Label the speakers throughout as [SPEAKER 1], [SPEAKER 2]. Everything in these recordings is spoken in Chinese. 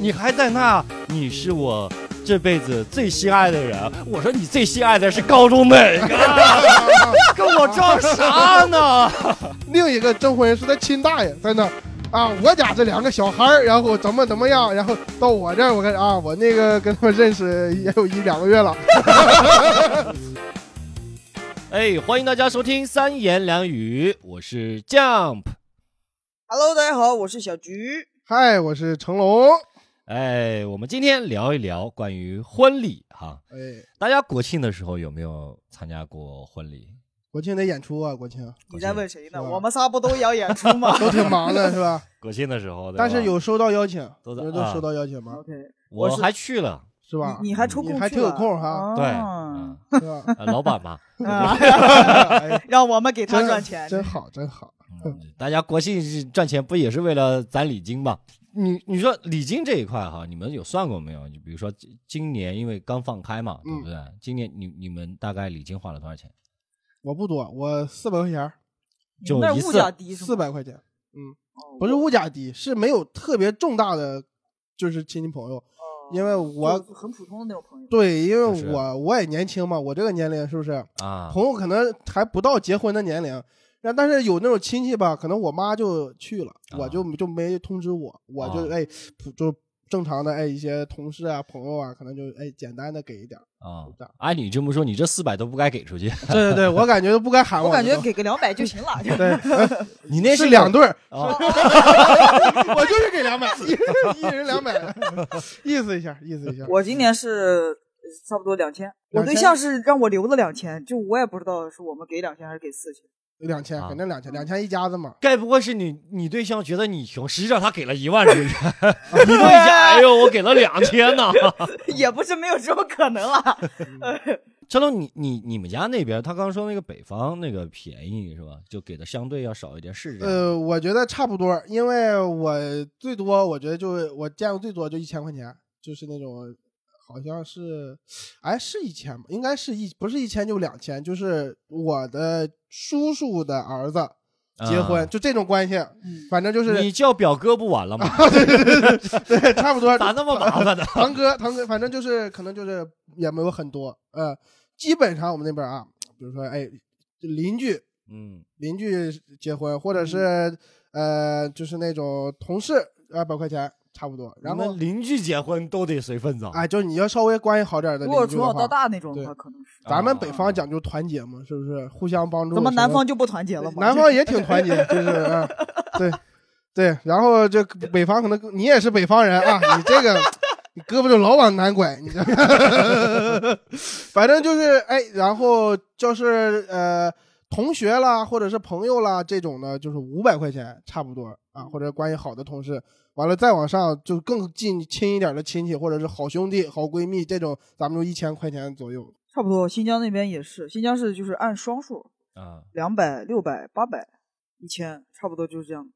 [SPEAKER 1] 你还在那？你是我这辈子最心爱的人。我说你最心爱的是高中哪个？ 跟我装啥呢？
[SPEAKER 2] 另一个证婚人是他亲大爷，在那儿啊，我家这两个小孩儿，然后怎么怎么样，然后到我这儿，我跟啊，我那个跟他们认识也有一两个月了。
[SPEAKER 1] 哎，欢迎大家收听三言两语，我是 Jump。
[SPEAKER 3] Hello，大家好，我是小菊。
[SPEAKER 2] 嗨，我是成龙。
[SPEAKER 1] 哎，我们今天聊一聊关于婚礼哈。
[SPEAKER 2] 哎，
[SPEAKER 1] 大家国庆的时候有没有参加过婚礼？
[SPEAKER 2] 国庆得演出啊，国庆
[SPEAKER 3] 你在问谁
[SPEAKER 2] 是
[SPEAKER 3] 呢？
[SPEAKER 2] 吧
[SPEAKER 3] 我们仨不都要演出 吗
[SPEAKER 2] 都挺忙的是 吧？
[SPEAKER 1] 国庆的时候，对吧
[SPEAKER 2] 但是有收到邀请，
[SPEAKER 1] 都
[SPEAKER 2] 不
[SPEAKER 1] 在
[SPEAKER 2] 是都收到邀请吗？
[SPEAKER 3] ？OK，我
[SPEAKER 1] 我
[SPEAKER 3] 是
[SPEAKER 1] 还去了，
[SPEAKER 2] 是吧？
[SPEAKER 3] 你还抽空去
[SPEAKER 2] 你
[SPEAKER 3] 了，
[SPEAKER 2] 还挺有空哈，
[SPEAKER 1] 对，
[SPEAKER 3] 啊
[SPEAKER 1] 嗯
[SPEAKER 2] 是吧？
[SPEAKER 1] 呃老板嘛，
[SPEAKER 3] 啊
[SPEAKER 2] 哎
[SPEAKER 3] 让我们给他
[SPEAKER 2] 真
[SPEAKER 3] 赚钱。
[SPEAKER 2] 真好，真好。
[SPEAKER 1] 嗯大家国庆是赚钱不也是为了攒礼金嘛？你你说礼金这一块哈，你们有算过没有？就比如说今今年因为刚放开嘛，对不对？
[SPEAKER 2] 嗯
[SPEAKER 1] 今年你你们大概礼金花了多少钱？
[SPEAKER 2] 我不多，我四百块钱儿，
[SPEAKER 3] 你
[SPEAKER 1] 就
[SPEAKER 3] 们那儿
[SPEAKER 1] 一
[SPEAKER 3] 物
[SPEAKER 1] 次
[SPEAKER 3] 价低是
[SPEAKER 2] 四
[SPEAKER 3] 吗？
[SPEAKER 2] 百块钱，嗯，不是物价低，是没有特别重大的，就是亲戚朋友，因为
[SPEAKER 3] 我
[SPEAKER 2] 我
[SPEAKER 3] 哦很普通的那种朋友。
[SPEAKER 2] 对，因为
[SPEAKER 1] 就是
[SPEAKER 2] 我我也年轻嘛，我这个年龄是不是？
[SPEAKER 1] 啊？
[SPEAKER 2] 朋友可能还不到结婚的年龄。然后但是有那种亲戚吧，可能我妈就去了，
[SPEAKER 1] 啊
[SPEAKER 2] 我就就没通知我，我就、
[SPEAKER 1] 啊
[SPEAKER 2] 哎，普就正常的哎一些同事啊朋友啊，可能就哎简单的给一点儿。
[SPEAKER 1] 啊
[SPEAKER 2] 就这样，
[SPEAKER 1] 按你这么说，你这四百都不该给出去。
[SPEAKER 2] 对对对，我感觉都不该喊
[SPEAKER 3] 我
[SPEAKER 2] 啊我
[SPEAKER 3] 感觉
[SPEAKER 2] 都
[SPEAKER 3] 给个两百就 行了。
[SPEAKER 2] 对，哎
[SPEAKER 1] 你那
[SPEAKER 2] 是两对儿，
[SPEAKER 1] 啊？
[SPEAKER 2] 我就是给两百， 一人一人两百，意思一下，意思一下。
[SPEAKER 3] 我今年是差不多两千，我对象是让我留了两千，就我也不知道是我们给两千还是给 四千。
[SPEAKER 2] 两千，
[SPEAKER 1] 啊
[SPEAKER 2] 肯定两千，两千一家子嘛。
[SPEAKER 1] 该不会是你你对象觉得你穷，实际上他给了一万是不是？ 你对象，哎呦，我给了两千呢。
[SPEAKER 3] 也不是没有这种可能啊了。
[SPEAKER 1] 张龙，你你你们家那边，他刚说那个北方那个便宜是吧？就给的相对要少一点，是这样。
[SPEAKER 2] 呃，我觉得差不多，因为我最多，我觉得就是我见过最多就一千块钱，就是那种好像是，哎，是一千吧，应该是一不是一千就两千，就是我的叔叔的儿子结婚，
[SPEAKER 1] 啊
[SPEAKER 2] 就这种关系，反正就是
[SPEAKER 1] 你叫表哥不完了吗？
[SPEAKER 2] 对，差不多。
[SPEAKER 1] 咋那么麻烦呢？
[SPEAKER 2] 堂哥，堂哥，反正就是可能就是也没有很多，呃，基本上我们那边啊，比如说哎，邻居
[SPEAKER 1] 嗯，
[SPEAKER 2] 邻居结婚，或者是、呃，就是那种同事二百块钱差不多，然
[SPEAKER 1] 你
[SPEAKER 2] 后
[SPEAKER 1] 们邻居结婚都得随份子。
[SPEAKER 2] 哎，就是你要稍微关系好点的
[SPEAKER 3] 如果
[SPEAKER 2] 邻居的
[SPEAKER 3] 从小到
[SPEAKER 2] 话，
[SPEAKER 3] 大那种的话，
[SPEAKER 2] 对啊
[SPEAKER 3] 可能是。
[SPEAKER 2] 咱们北
[SPEAKER 1] 啊
[SPEAKER 2] 方讲究团结嘛，是不是？互相帮助。
[SPEAKER 3] 咱们南
[SPEAKER 2] 什么
[SPEAKER 3] 方就不团结了吗？
[SPEAKER 2] 南方也挺团 结，就是啊，对对。然后这北方可能更你也是北方人啊，你这个你胳膊就老往南拐，你这， 反正就是哎，然后就是呃同学啦，或者是朋友啦这种呢，就是五百块钱差不多啊，或者关系好的同事。完了，再往上就更近亲一点的亲戚，或者是好兄弟、好闺蜜这种，咱们就一千块钱左右。
[SPEAKER 3] 差不多，新疆那边也是，新疆是就是按双数，
[SPEAKER 1] 啊，
[SPEAKER 3] 两百、六百、八百、一千，差不多就是这样。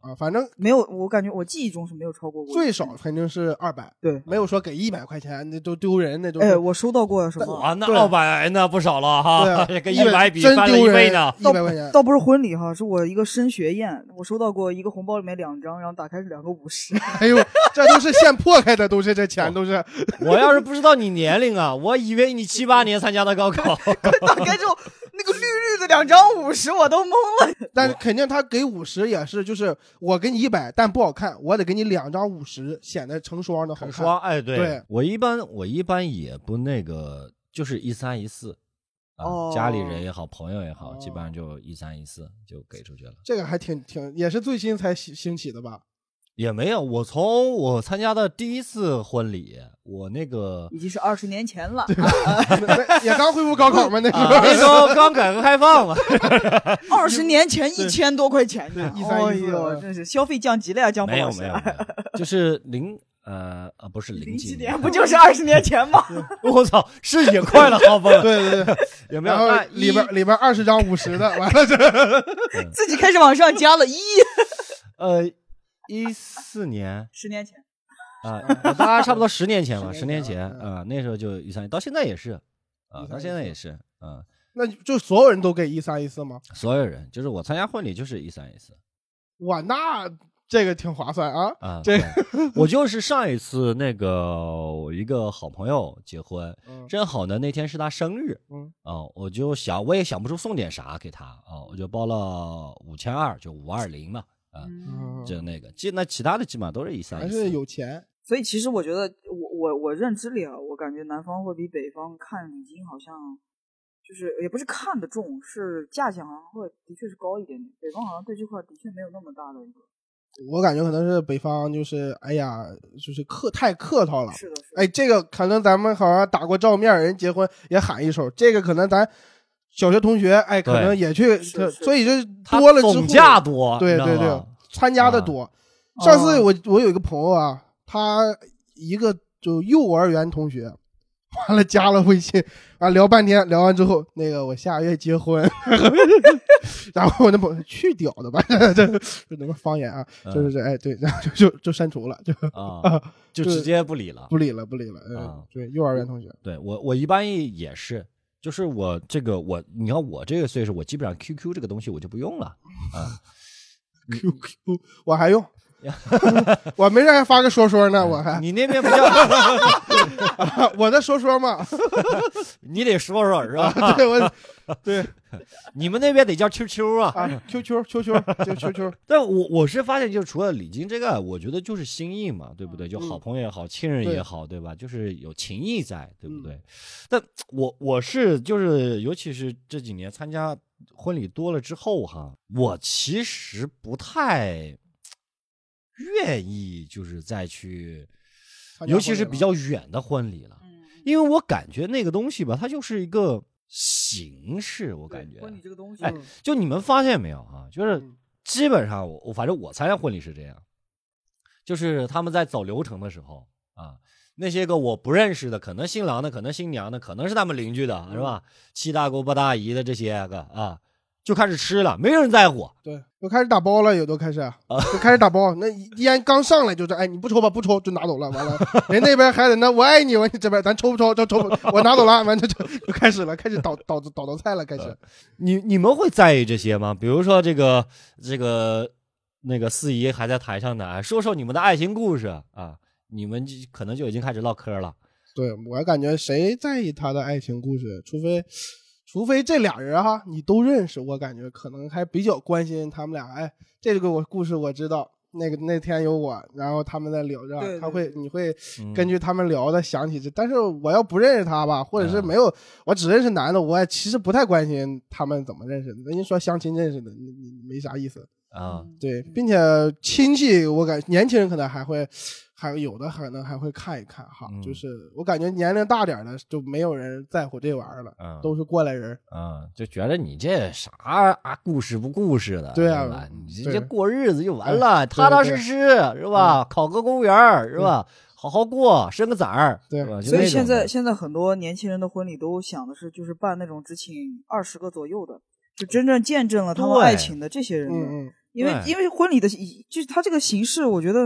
[SPEAKER 2] 啊，反正
[SPEAKER 3] 没有，我感觉我记忆中是没有超过过。
[SPEAKER 2] 最少肯定是二百，
[SPEAKER 3] 对，
[SPEAKER 2] 没有说给一百块钱那都丢人，那都是
[SPEAKER 3] 哎，我收到过什么？
[SPEAKER 1] 哇，那
[SPEAKER 2] 对
[SPEAKER 1] 二百那不少了 哈，
[SPEAKER 2] 对啊，
[SPEAKER 1] 跟一百比
[SPEAKER 2] 真
[SPEAKER 1] 翻了
[SPEAKER 2] 丢
[SPEAKER 1] 一
[SPEAKER 2] 人
[SPEAKER 1] 倍呢。
[SPEAKER 2] 一百块钱。
[SPEAKER 3] 倒不是婚礼哈，是我一个升学宴，我收到过一个红包里面两张，然后打开是两个五十。
[SPEAKER 2] 哎呦，这都是现破开的，都是这
[SPEAKER 1] 哦
[SPEAKER 2] 钱都是。
[SPEAKER 1] 我要是不知道你年龄啊，我以为你七八年参加的高考。
[SPEAKER 3] 打开之后，那个绿绿的两张五十，我都懵了。
[SPEAKER 2] 但是肯定他给五十也是，就是我给你一百，但不好看，我得给你两张五十，显得成双的好
[SPEAKER 1] 很
[SPEAKER 2] 看。
[SPEAKER 1] 双，哎，对
[SPEAKER 2] 对
[SPEAKER 1] 我一般我一般也不那个，就是一三一四，啊，
[SPEAKER 3] 哦
[SPEAKER 1] 家里人也好，朋友也好，基本
[SPEAKER 2] 哦
[SPEAKER 1] 上就一三一四就给出去了。
[SPEAKER 2] 这个还挺挺也是最新才兴兴起的吧？
[SPEAKER 1] 也没有，我从我参加的第一次婚礼，我那个
[SPEAKER 3] 已经是二十年前了，啊
[SPEAKER 2] 那也刚恢复高考嘛，那时
[SPEAKER 1] 啊
[SPEAKER 2] 候。
[SPEAKER 1] 那时候刚改革开放嘛，
[SPEAKER 3] 二十年前一千多块钱呢，
[SPEAKER 2] 对一三一四
[SPEAKER 3] 哎呦，真是消费降级了呀，江博
[SPEAKER 1] 没有
[SPEAKER 3] 老师。
[SPEAKER 1] 没有，没有就是零呃呃不是零
[SPEAKER 3] 零
[SPEAKER 1] 几
[SPEAKER 3] 几年不就是二十年前吗？
[SPEAKER 1] 我操，是也快了，好不好？
[SPEAKER 2] 对对 对，
[SPEAKER 1] 有没有？
[SPEAKER 2] 然后
[SPEAKER 1] 那
[SPEAKER 2] 里
[SPEAKER 1] 一
[SPEAKER 2] 边里边二十张五十的，完了这
[SPEAKER 3] 自己开始往上加了一，
[SPEAKER 1] 呃一四年
[SPEAKER 3] 十年前。
[SPEAKER 1] 啊，大概差不多十年前吧，十
[SPEAKER 2] 十
[SPEAKER 1] 年
[SPEAKER 2] 年
[SPEAKER 1] 前
[SPEAKER 2] 前
[SPEAKER 1] 啊，那时候就一三，到现在也是啊，
[SPEAKER 2] 13
[SPEAKER 1] 到现在也是啊，
[SPEAKER 2] 那就所有人都给一三一四吗？
[SPEAKER 1] 所有人就是我参加婚礼就是一三一四
[SPEAKER 2] 哇，那这个挺划算啊！
[SPEAKER 1] 啊，
[SPEAKER 2] 这
[SPEAKER 1] 对我就是上一次那个我一个好朋友结婚，
[SPEAKER 2] 嗯
[SPEAKER 1] 正好呢那天是他生日，
[SPEAKER 2] 嗯，
[SPEAKER 1] 哦，我就想我也想不出送点啥给他，哦，我就包了五千二，就五二零嘛，啊，
[SPEAKER 3] 嗯，
[SPEAKER 2] 嗯
[SPEAKER 1] 就那个，其那其他的基本上都是一三
[SPEAKER 2] 还
[SPEAKER 1] 一
[SPEAKER 2] 是
[SPEAKER 1] 四，
[SPEAKER 2] 有钱，
[SPEAKER 3] 所以其实我觉得，我我我认知里啊，我感觉南方会比北方看礼金好像，就是也不是看得重，是价钱好像会的确是高一点点。北方好像对这块的确没有那么大的一个。
[SPEAKER 2] 我感觉可能是北方就是哎呀，就是客太客套了。
[SPEAKER 3] 是的，是的。
[SPEAKER 2] 哎，这个可能咱们好像打过照面儿，人结婚也喊一手，这个可能咱小学同学哎，可
[SPEAKER 1] 对
[SPEAKER 2] 能也去，
[SPEAKER 3] 是
[SPEAKER 2] 可
[SPEAKER 3] 是
[SPEAKER 2] 所以就
[SPEAKER 1] 他
[SPEAKER 2] 多了之后
[SPEAKER 1] 总，价多，
[SPEAKER 2] 对
[SPEAKER 1] 啊你知
[SPEAKER 2] 对
[SPEAKER 1] 道
[SPEAKER 2] 对
[SPEAKER 1] 吗，
[SPEAKER 2] 参加的
[SPEAKER 1] 啊
[SPEAKER 2] 多。上次
[SPEAKER 3] 哦
[SPEAKER 2] 我我有一个朋友啊，他一个就幼儿园同学，完了加了微信啊，聊半天，聊完之后，那个我下个月结婚， 然后我那朋友去屌的吧， 这这就那个方言啊，就是这哎对，然后就就就删除了，就
[SPEAKER 1] 嗯啊， 就直接不理了。
[SPEAKER 2] 不理了不理了，嗯
[SPEAKER 1] 啊，
[SPEAKER 2] 对，幼儿园同学，
[SPEAKER 1] 对我，我一般也是，就是我这个我，你看我这个岁数，我基本上 QQ 这个东西我就不用了啊。
[SPEAKER 2] QQ 我还 用，我没事还发个说说呢，我还
[SPEAKER 1] 你那边不叫，
[SPEAKER 2] 我在说说嘛，
[SPEAKER 1] 你得说说是吧？
[SPEAKER 2] 对我对
[SPEAKER 1] 你们那边得叫 QQ 啊。
[SPEAKER 2] 啊，QQ QQ 就 QQ，
[SPEAKER 1] 但我我是发现，就是除了礼金这个，我觉得就是心意嘛，对不
[SPEAKER 2] 嗯
[SPEAKER 1] 对？就好朋友也好，亲人也好，对吧？就是有情谊在，对
[SPEAKER 2] 嗯
[SPEAKER 1] 不对？但我我是就是，尤其是这几年参加婚礼多了之后哈，我其实不太愿意就是再去，
[SPEAKER 2] 参加
[SPEAKER 1] 尤其
[SPEAKER 2] 婚
[SPEAKER 1] 是
[SPEAKER 2] 礼
[SPEAKER 1] 比
[SPEAKER 2] 了
[SPEAKER 1] 较远的婚礼了，
[SPEAKER 3] 嗯，
[SPEAKER 1] 因为我感觉那个东西吧，它就是一个形式，我
[SPEAKER 3] 我
[SPEAKER 1] 感觉。
[SPEAKER 3] 婚礼这个东西，
[SPEAKER 1] 哎
[SPEAKER 2] 嗯
[SPEAKER 1] 就你们发现没有啊？就是
[SPEAKER 2] 嗯
[SPEAKER 1] 基本上我我反正我参加婚礼是这样，就是他们在走流程的时候啊，那些个我不认识的，可能新郎的，可能新娘的，可能是他们邻居的，是吧？
[SPEAKER 2] 嗯
[SPEAKER 1] 七大姑八大姨的这些个啊，就开始吃了，没人在乎。
[SPEAKER 2] 对，都开始打包了，有都开始，都开始打包。那烟刚上来就这，哎，你不抽吧，不抽就拿走了。完了，人那边还得那我爱你，完你这边咱抽不抽？就抽不，我拿走了，完就就就开始了，开始倒倒倒倒菜了，开始。
[SPEAKER 1] 你你们会在意这些吗？比如说这个这个那个四姨还在台上呢，说说你们的爱情故事啊，你们就可能就已经开始唠嗑了。
[SPEAKER 2] 对我感觉谁在意他的爱情故事，除非除非这俩人哈你都认识，我感觉可能还比较关心他们俩。哎，这个我故事我知道。那个那天有我，然后他们在聊着，
[SPEAKER 3] 对
[SPEAKER 2] 他会你会
[SPEAKER 1] 嗯
[SPEAKER 2] 根据他们聊的想起这，但是我要不认识他吧，或者是没有，我只认识男的，我也其实不太关心他们怎么认识的。人家说相亲认识的，你你你没啥意思。
[SPEAKER 1] 啊，
[SPEAKER 2] 对，
[SPEAKER 3] 嗯
[SPEAKER 2] 并且亲戚，我感年轻人可能还会，还有的可能还会看一看哈，
[SPEAKER 1] 嗯
[SPEAKER 2] 就是我感觉年龄大点儿的就没有人在乎这玩意儿了，
[SPEAKER 1] 嗯，
[SPEAKER 2] 都是过来人儿。
[SPEAKER 1] 啊，就觉得你这啥啊，故事不故事的，
[SPEAKER 2] 对啊
[SPEAKER 1] 是吧你
[SPEAKER 2] 对哎
[SPEAKER 1] 这这过日子就完了，
[SPEAKER 2] 对嗯
[SPEAKER 1] 踏踏实实是吧？考个公务员儿是吧？好好过，生个崽儿，
[SPEAKER 2] 对
[SPEAKER 1] 是吧就
[SPEAKER 3] 所以
[SPEAKER 1] 那
[SPEAKER 3] 现
[SPEAKER 1] 种的
[SPEAKER 3] 在现在很多年轻人的婚礼都想的是，就是办那种只请二十个左右的，就真正见证了他们
[SPEAKER 1] 对
[SPEAKER 3] 爱情的这些人的。
[SPEAKER 2] 嗯嗯，
[SPEAKER 3] 因为
[SPEAKER 1] 对
[SPEAKER 3] 因为婚礼的以就是它这个形式，我觉得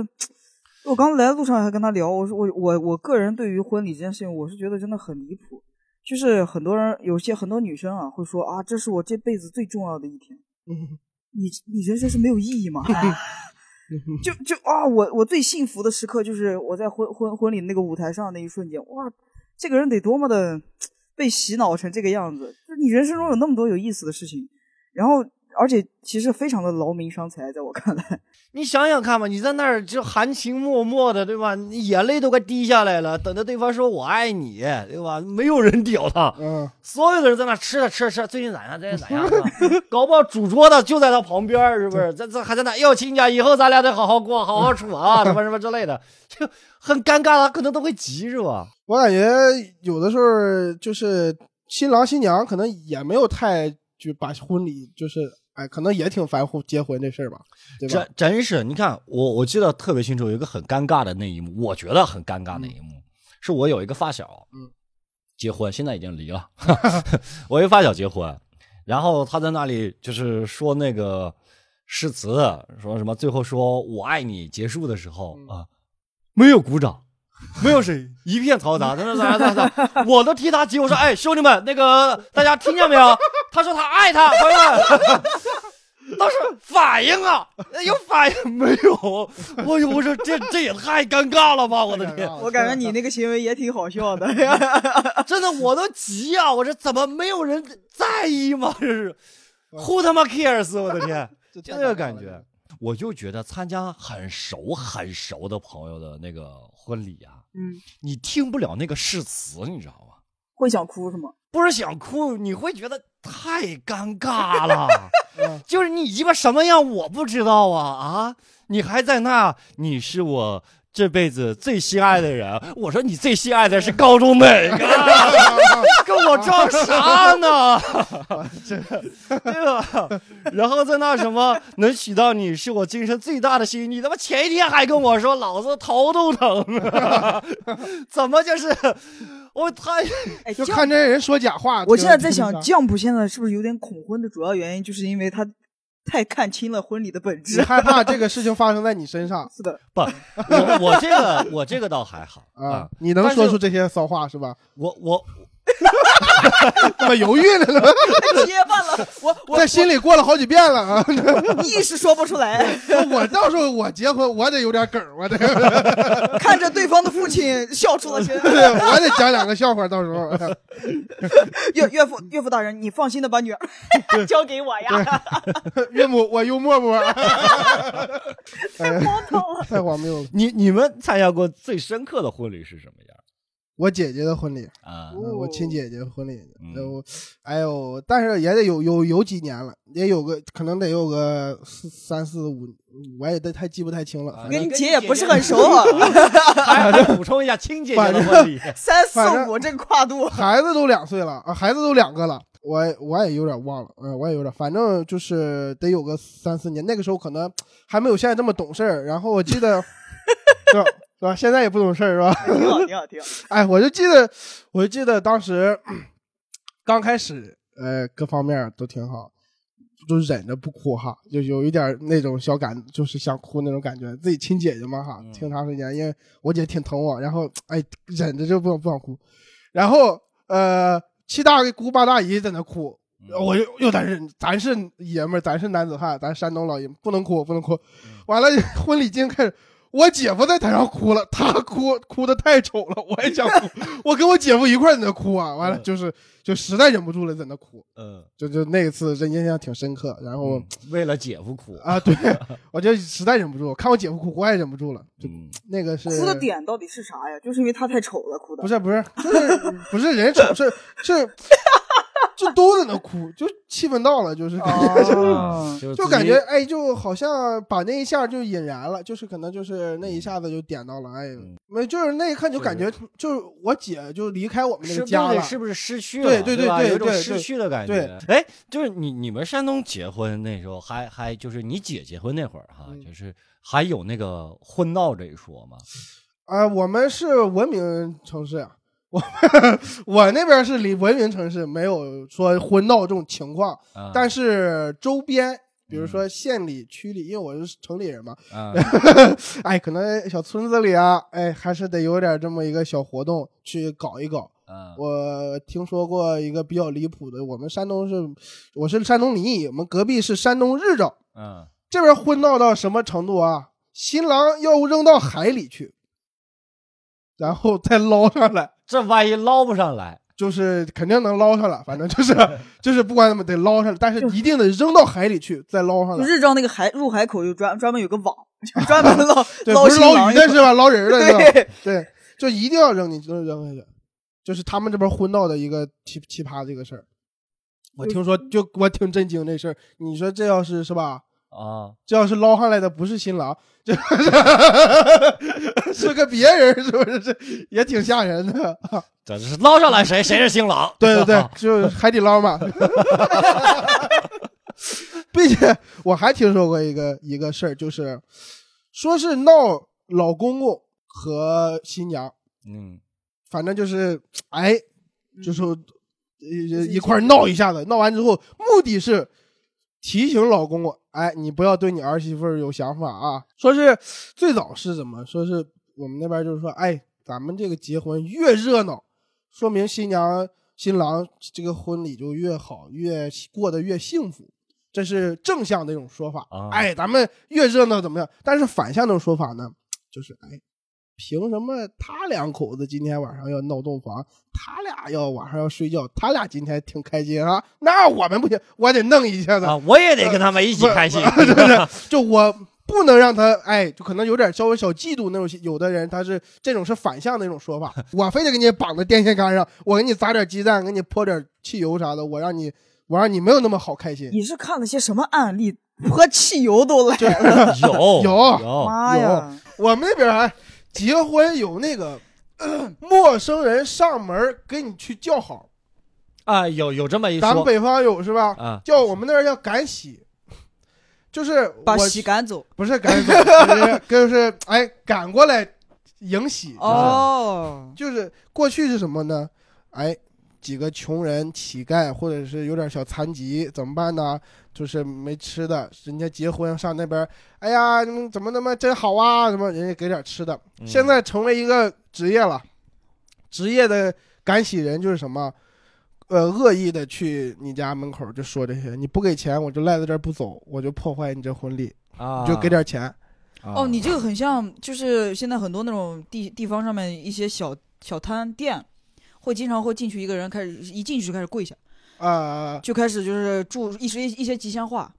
[SPEAKER 3] 我刚来的路上还跟他聊，我说我我我个人对于婚礼这件事情，我是觉得真的很离谱。就是很多人有些很多女生啊会说啊，这是我这辈子最重要的一天。
[SPEAKER 2] 嗯
[SPEAKER 3] 你你人生是没有意义吗？哎就就啊，我我最幸福的时刻就是我在婚婚婚礼那个舞台上那一瞬间，哇，这个人得多么的被洗脑成这个样子！就是你人生中有那么多有意思的事情，然后而且其实非常的劳民伤财，在我看来，
[SPEAKER 1] 你想想看吧，你在那儿就含情脉脉的，对吧？你眼泪都快滴下来了，等着对方说我爱你，对吧？没有人屌他，
[SPEAKER 2] 嗯，
[SPEAKER 1] 所有的人在那吃着吃着吃着，最近咋样？最近咋样？是吧搞不好主桌的就在他旁边儿，是不是？这这还在那要亲家，以后咱俩得好好过，好好处啊，什么什么之类的，就很尴尬，啊他可能都会急，是吧？
[SPEAKER 2] 我感觉有的时候就是新郎新娘可能也没有太就把婚礼就是哎，可能也挺烦婚结婚这事儿吧，对吧
[SPEAKER 1] 真？真是，你看我我记得特别清楚，有一个很尴尬的那一幕，我觉得很尴尬的一幕，是我有一个发小，
[SPEAKER 2] 嗯，
[SPEAKER 1] 结婚，现在已经离了， 我一发小结婚，然后他在那里就是说那个誓词，说什么最后说我爱你结束的时候
[SPEAKER 2] 嗯
[SPEAKER 1] 啊，没有鼓掌。没有谁，一片嘈杂。等等等等等等， 我都替他急。我说：“ 哎，兄弟们，那个大家听见没有？他说他爱他，朋友们。” 当时反应啊，有反应没有？我我说这这也太尴尬了吧！我的天，
[SPEAKER 3] 啊
[SPEAKER 2] 哦
[SPEAKER 3] 我
[SPEAKER 2] 啊
[SPEAKER 3] 感觉你那个行为也挺好笑 的。
[SPEAKER 1] 真的我都急啊！我说怎么没有人在意吗？这是，Who 他妈 cares！我的天，嗯 就这个感觉。我就觉得参加很熟很熟的朋友的那个婚礼啊，
[SPEAKER 3] 嗯，
[SPEAKER 1] 你听不了那个誓词，你知道吗？
[SPEAKER 3] 会想哭是吗？
[SPEAKER 1] 不是想哭，你会觉得太尴尬了，就是你鸡巴什么样我不知道啊啊！你还在那，你是我这辈子最心爱的人。我说你最心爱的是高中哪个？跟我装啥呢？这个这个，然后在那什么能娶到你是我今生最大的幸运。你他妈前一天还跟我说老子头都疼，怎么就是我太。
[SPEAKER 3] 哎，
[SPEAKER 2] 就
[SPEAKER 3] 这
[SPEAKER 2] 看这人说假话。
[SPEAKER 3] 我现在在想
[SPEAKER 2] 挺
[SPEAKER 3] ，Jump 现在是不是有点恐婚的主要原因，就是因为他太看清了婚礼的本质
[SPEAKER 2] 你。害怕这个事情发生在你身上
[SPEAKER 3] 是的，
[SPEAKER 1] 不，我我这个我这个倒还好
[SPEAKER 2] 啊
[SPEAKER 1] 啊，，
[SPEAKER 2] 你能
[SPEAKER 1] 但是
[SPEAKER 2] 说出这些骚话 是吧？
[SPEAKER 1] 我我
[SPEAKER 2] 怎么犹豫了呢？
[SPEAKER 3] 结巴了，我
[SPEAKER 2] 在心里过了好几遍了啊！
[SPEAKER 3] 我一时说不出来，
[SPEAKER 2] 我到时候我结婚，我得有点梗儿，我得
[SPEAKER 3] 看着对方的父亲笑出了声。
[SPEAKER 2] 我得讲两个笑话，到时候
[SPEAKER 3] 岳岳父岳父大人，你放心的把女儿 交给我呀，
[SPEAKER 2] 岳母我幽默不？ 哎
[SPEAKER 3] 太荒唐了。
[SPEAKER 2] 太荒谬了！
[SPEAKER 1] 你你们参加过最深刻的婚礼是什么样
[SPEAKER 2] 我姐姐的婚礼，
[SPEAKER 1] 啊？
[SPEAKER 3] 哦
[SPEAKER 2] 嗯我亲姐姐婚礼，
[SPEAKER 1] 嗯
[SPEAKER 2] 然后哎呦，但是也得有有有几年了，也有个可能得有个四三四五，我也得太记不太清了。反
[SPEAKER 3] 啊跟
[SPEAKER 2] 正
[SPEAKER 3] 你姐也不是很熟啊，
[SPEAKER 1] 还还哎补充一下亲姐姐的婚礼，
[SPEAKER 3] 三四五这个 跨度，
[SPEAKER 2] 孩子都两岁了啊，孩子都两个了，我也我也有点忘了，嗯，我也有点，反正就是得有个三四年，那个时候可能还没有现在这么懂事儿。然后我记得， 是吧？是吧？现在也不懂事儿是吧？
[SPEAKER 3] 挺好挺好挺好。
[SPEAKER 2] 哎，我就记得，我就记得当时刚开始，呃，各方面都挺好，就忍着不哭哈，就有一点那种小感，就是想哭那种感觉。自己亲姐姐嘛哈，
[SPEAKER 1] 嗯
[SPEAKER 2] 挺长时间，因为我姐挺疼我，然后哎忍着就不想不想哭，然后呃七大姑八大姨在那哭，我又又在忍，咱是爷们儿，咱是男子汉，咱山东老爷们，不能哭，不能哭。完了，婚礼进开始，我姐夫在台上哭了，他哭哭的太丑了，我也想哭，我跟我姐夫一块儿在那哭啊。完了
[SPEAKER 1] 嗯
[SPEAKER 2] 就是就实在忍不住了，在那哭，
[SPEAKER 1] 嗯，
[SPEAKER 2] 就就那次真印象挺深刻。然后、
[SPEAKER 1] 为了姐夫哭，
[SPEAKER 2] 啊，对我就实在忍不住，看我姐夫哭，我也忍不住了。就
[SPEAKER 1] 嗯，
[SPEAKER 2] 那个是
[SPEAKER 3] 哭的点到底是啥呀？就是因为他太丑了，哭的。
[SPEAKER 2] 不是不是，就是不是人丑，是是就都在那哭，就气氛到了，就是感 觉。
[SPEAKER 3] 哦，
[SPEAKER 1] 啊就
[SPEAKER 2] 就
[SPEAKER 1] 自己
[SPEAKER 2] 感觉哎，就好像把那一下就引燃了，就是可能就是那
[SPEAKER 1] 嗯
[SPEAKER 2] 一下子就点到了，哎，没就是那一刻就感觉就是我姐就离开我们那
[SPEAKER 1] 是
[SPEAKER 2] 个
[SPEAKER 1] 不
[SPEAKER 2] 家了，
[SPEAKER 1] 是不是失去了？
[SPEAKER 2] 对对对
[SPEAKER 1] 吧
[SPEAKER 2] 对
[SPEAKER 1] 有一种
[SPEAKER 2] 对
[SPEAKER 1] 失
[SPEAKER 2] 对
[SPEAKER 1] 去的感觉。哎，就是你你们山东结婚那时候还，还就是你姐结婚那会儿哈，
[SPEAKER 2] 嗯
[SPEAKER 1] 就是还有那个婚闹这一说吗？
[SPEAKER 2] 啊、我们是文明城市啊，我们我那边是离文明城市，没有说婚闹这种情况，
[SPEAKER 1] 啊
[SPEAKER 2] 但是周边。比如
[SPEAKER 1] 嗯
[SPEAKER 2] 说县里、区里，因为我是城里人嘛，
[SPEAKER 1] 啊，
[SPEAKER 2] 哎，可能小村子里啊，哎，还是得有点这么一个小活动去搞一搞。
[SPEAKER 1] 啊
[SPEAKER 2] 我听说过一个比较离谱的，我们山东是，我是山东临沂，我们隔壁是山东日照，
[SPEAKER 1] 嗯，
[SPEAKER 2] 这边混闹到什么程度啊？新郎要扔到海里去，然后再捞上来，
[SPEAKER 1] 这万一捞不上来，
[SPEAKER 2] 就是肯定能捞上来，反正就是就是不管怎么得捞上来，但是一定得扔到海里去，再捞上来。
[SPEAKER 3] 日照那个海入海口就专专门有个网，就专门捞
[SPEAKER 2] 对，不是
[SPEAKER 3] 新
[SPEAKER 2] 捞
[SPEAKER 3] 郎
[SPEAKER 2] 鱼的是吧？捞人的是吧？
[SPEAKER 3] 对，
[SPEAKER 2] 对，就一定要扔进去，扔扔下去，就是他们这边婚闹的一个奇奇葩这个事儿。我听说，就我挺震惊这事儿。你说这要是是吧？
[SPEAKER 1] 啊，
[SPEAKER 2] 这要是捞上来的不是新郎，这 是个别人，是不是？这也挺吓人的。
[SPEAKER 1] 这是捞上来谁谁是新郎？
[SPEAKER 2] 对对对， 就是海底捞嘛。 并且我还听说过一个一个事儿，就是说是闹老公公和新娘，
[SPEAKER 1] 嗯，
[SPEAKER 2] 反正就是哎，就是
[SPEAKER 3] 就是
[SPEAKER 2] 一
[SPEAKER 3] 一
[SPEAKER 2] 一块儿闹一下子，闹完之后，目的是提醒老公我，哎，你不要对你儿媳妇儿有想法啊。说是最早是怎么说是我们那边就是说，哎，咱们这个结婚越热闹，说明新娘新郎这个婚礼就越好，越过得越幸福。这是正向的一种说法
[SPEAKER 1] 啊。
[SPEAKER 2] 哎，咱们越热闹怎么样？但是反向的说法呢，就是哎，凭什么他两口子今天晚上要闹洞房？他俩要晚上要睡觉，他俩今天挺开心啊，那我们不行，我得弄一下子。
[SPEAKER 1] 啊，我也得跟他们一起开心。
[SPEAKER 2] 不是， 就我不能让他，哎，就可能有点稍微小嫉妒那种。有的人他是这种是反向的一种 说法，我非得给你绑在电线杆上，我给你砸点鸡蛋，给你泼点汽油啥的，我让你我让你没有那么好开心。
[SPEAKER 3] 你是看了些什么案例？泼汽油都来了，
[SPEAKER 1] 有有
[SPEAKER 2] 有
[SPEAKER 1] 有，
[SPEAKER 3] 妈呀！
[SPEAKER 2] 我们那边还结婚有那个、 呃陌生人上门给你去叫好，
[SPEAKER 1] 啊，有有这么一
[SPEAKER 2] 咱们
[SPEAKER 1] 说
[SPEAKER 2] 北方有是吧？
[SPEAKER 1] 啊，
[SPEAKER 2] 叫我们那儿叫赶喜，就是
[SPEAKER 3] 把
[SPEAKER 2] 我
[SPEAKER 3] 喜赶走
[SPEAKER 2] 不是赶走，就是就是哎赶过来迎喜。
[SPEAKER 3] 哦，
[SPEAKER 2] 就是过去是什么呢？哎，几个穷人、乞丐，或者是有点小残疾，怎么办呢？就是没吃的，人家结婚上那边，哎呀，你们怎么那么真好啊？什么人家给点吃的，
[SPEAKER 1] 嗯
[SPEAKER 2] 现在成为一个职业了。职业的赶喜人就是什么？呃，恶意的去你家门口就说这些，你不给钱我就赖在这儿不走，我就破坏你这婚礼，
[SPEAKER 1] 啊，
[SPEAKER 2] 你就给点钱。
[SPEAKER 1] 啊
[SPEAKER 3] 哦，你这个很像，就是现在很多那种地地方上面一些小小摊店，会经常会进去一个人开始一进去就开始跪下，
[SPEAKER 2] 啊、
[SPEAKER 3] 就开始就是祝一些一些吉祥话。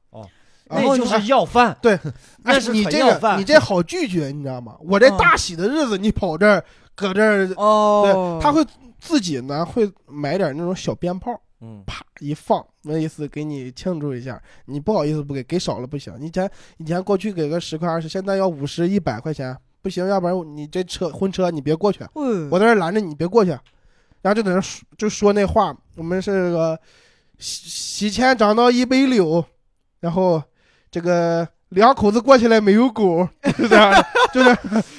[SPEAKER 2] 然后
[SPEAKER 1] 那就是要饭，
[SPEAKER 2] 哎
[SPEAKER 1] 那是
[SPEAKER 2] 你
[SPEAKER 1] 很
[SPEAKER 2] 这
[SPEAKER 1] 要
[SPEAKER 2] 个
[SPEAKER 1] 饭
[SPEAKER 2] 你这好拒绝，你知道吗？我这
[SPEAKER 3] 嗯
[SPEAKER 2] 大喜的日子，你跑这儿搁这儿，
[SPEAKER 3] 哦
[SPEAKER 2] 对，，他会自己呢会买点那种小鞭炮，
[SPEAKER 1] 嗯，
[SPEAKER 2] 啪一放，那意思给你庆祝一下。你不好意思不给，给少了不行。你以前以前过去给个十块二十，现在要五十一百块钱，不行，要不然你这车婚车你别过去，
[SPEAKER 3] 嗯，
[SPEAKER 2] 我在这儿拦着你别过去。然后就在那儿说就说那话，我们是个喜喜钱长到一杯六，然后这个两口子过起来没有狗，是这样的， 就是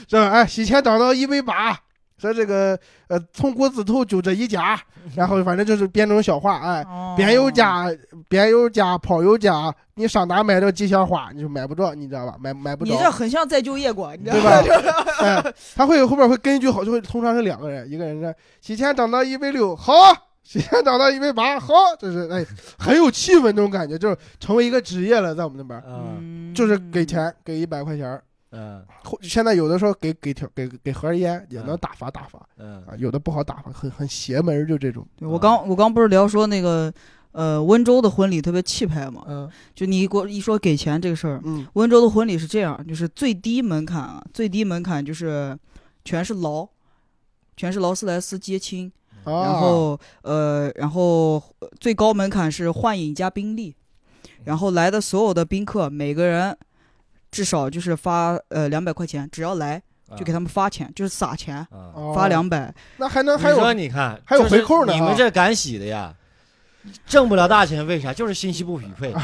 [SPEAKER 2] 是吧？哎，喜钱长到一杯八，说这个呃葱锅子头就这一家，然后反正就是编这种小话，哎，
[SPEAKER 3] 哦
[SPEAKER 2] 边有，家边有家跑有家，你上哪买着吉祥花你就买不着，你知道吧？买买不
[SPEAKER 3] 你
[SPEAKER 2] 着，
[SPEAKER 3] 这很像再就业过，你知道
[SPEAKER 2] 对
[SPEAKER 3] 吗？
[SPEAKER 2] 吧？ 哎，他会后边会跟一句好，就会通常是两个人，一个人是喜钱涨到一杯六，好；喜钱涨到一杯八，好。就是哎，很有气氛那种感觉，就是成为一个职业了，在我们那边儿，
[SPEAKER 1] 嗯
[SPEAKER 3] 嗯
[SPEAKER 2] 就是给，钱，给一百块钱儿。
[SPEAKER 1] 嗯
[SPEAKER 2] 或现在有的时候给给条给给盒烟也能打发打发
[SPEAKER 1] 嗯
[SPEAKER 2] 啊，有的不好打发，很很邪门儿，就这种。
[SPEAKER 3] 对我刚我刚不是聊说那个呃温州的婚礼特别气派嘛，
[SPEAKER 2] 嗯
[SPEAKER 3] 就你给我一说给钱这个事儿，
[SPEAKER 2] 嗯
[SPEAKER 3] 温州的婚礼是这样，就是最低门槛啊，最低门槛就是全是劳，全是劳斯莱斯接亲，
[SPEAKER 2] 啊，
[SPEAKER 3] 然后、呃，然后呃最高门槛是幻影加宾利，然后来的所有的宾客每个人至少就是发呃两百块钱，只要来
[SPEAKER 1] 嗯
[SPEAKER 3] 就给他们发钱，就是撒钱。
[SPEAKER 1] 啊，
[SPEAKER 2] 啊哦
[SPEAKER 3] 发两百，
[SPEAKER 2] 那还能
[SPEAKER 1] 你
[SPEAKER 2] 还有
[SPEAKER 1] 说你看，
[SPEAKER 2] 还有
[SPEAKER 1] 就是
[SPEAKER 2] 回扣呢啊
[SPEAKER 1] 你们这赶喜的呀。挣不了大钱，为啥？就是信息不匹 配。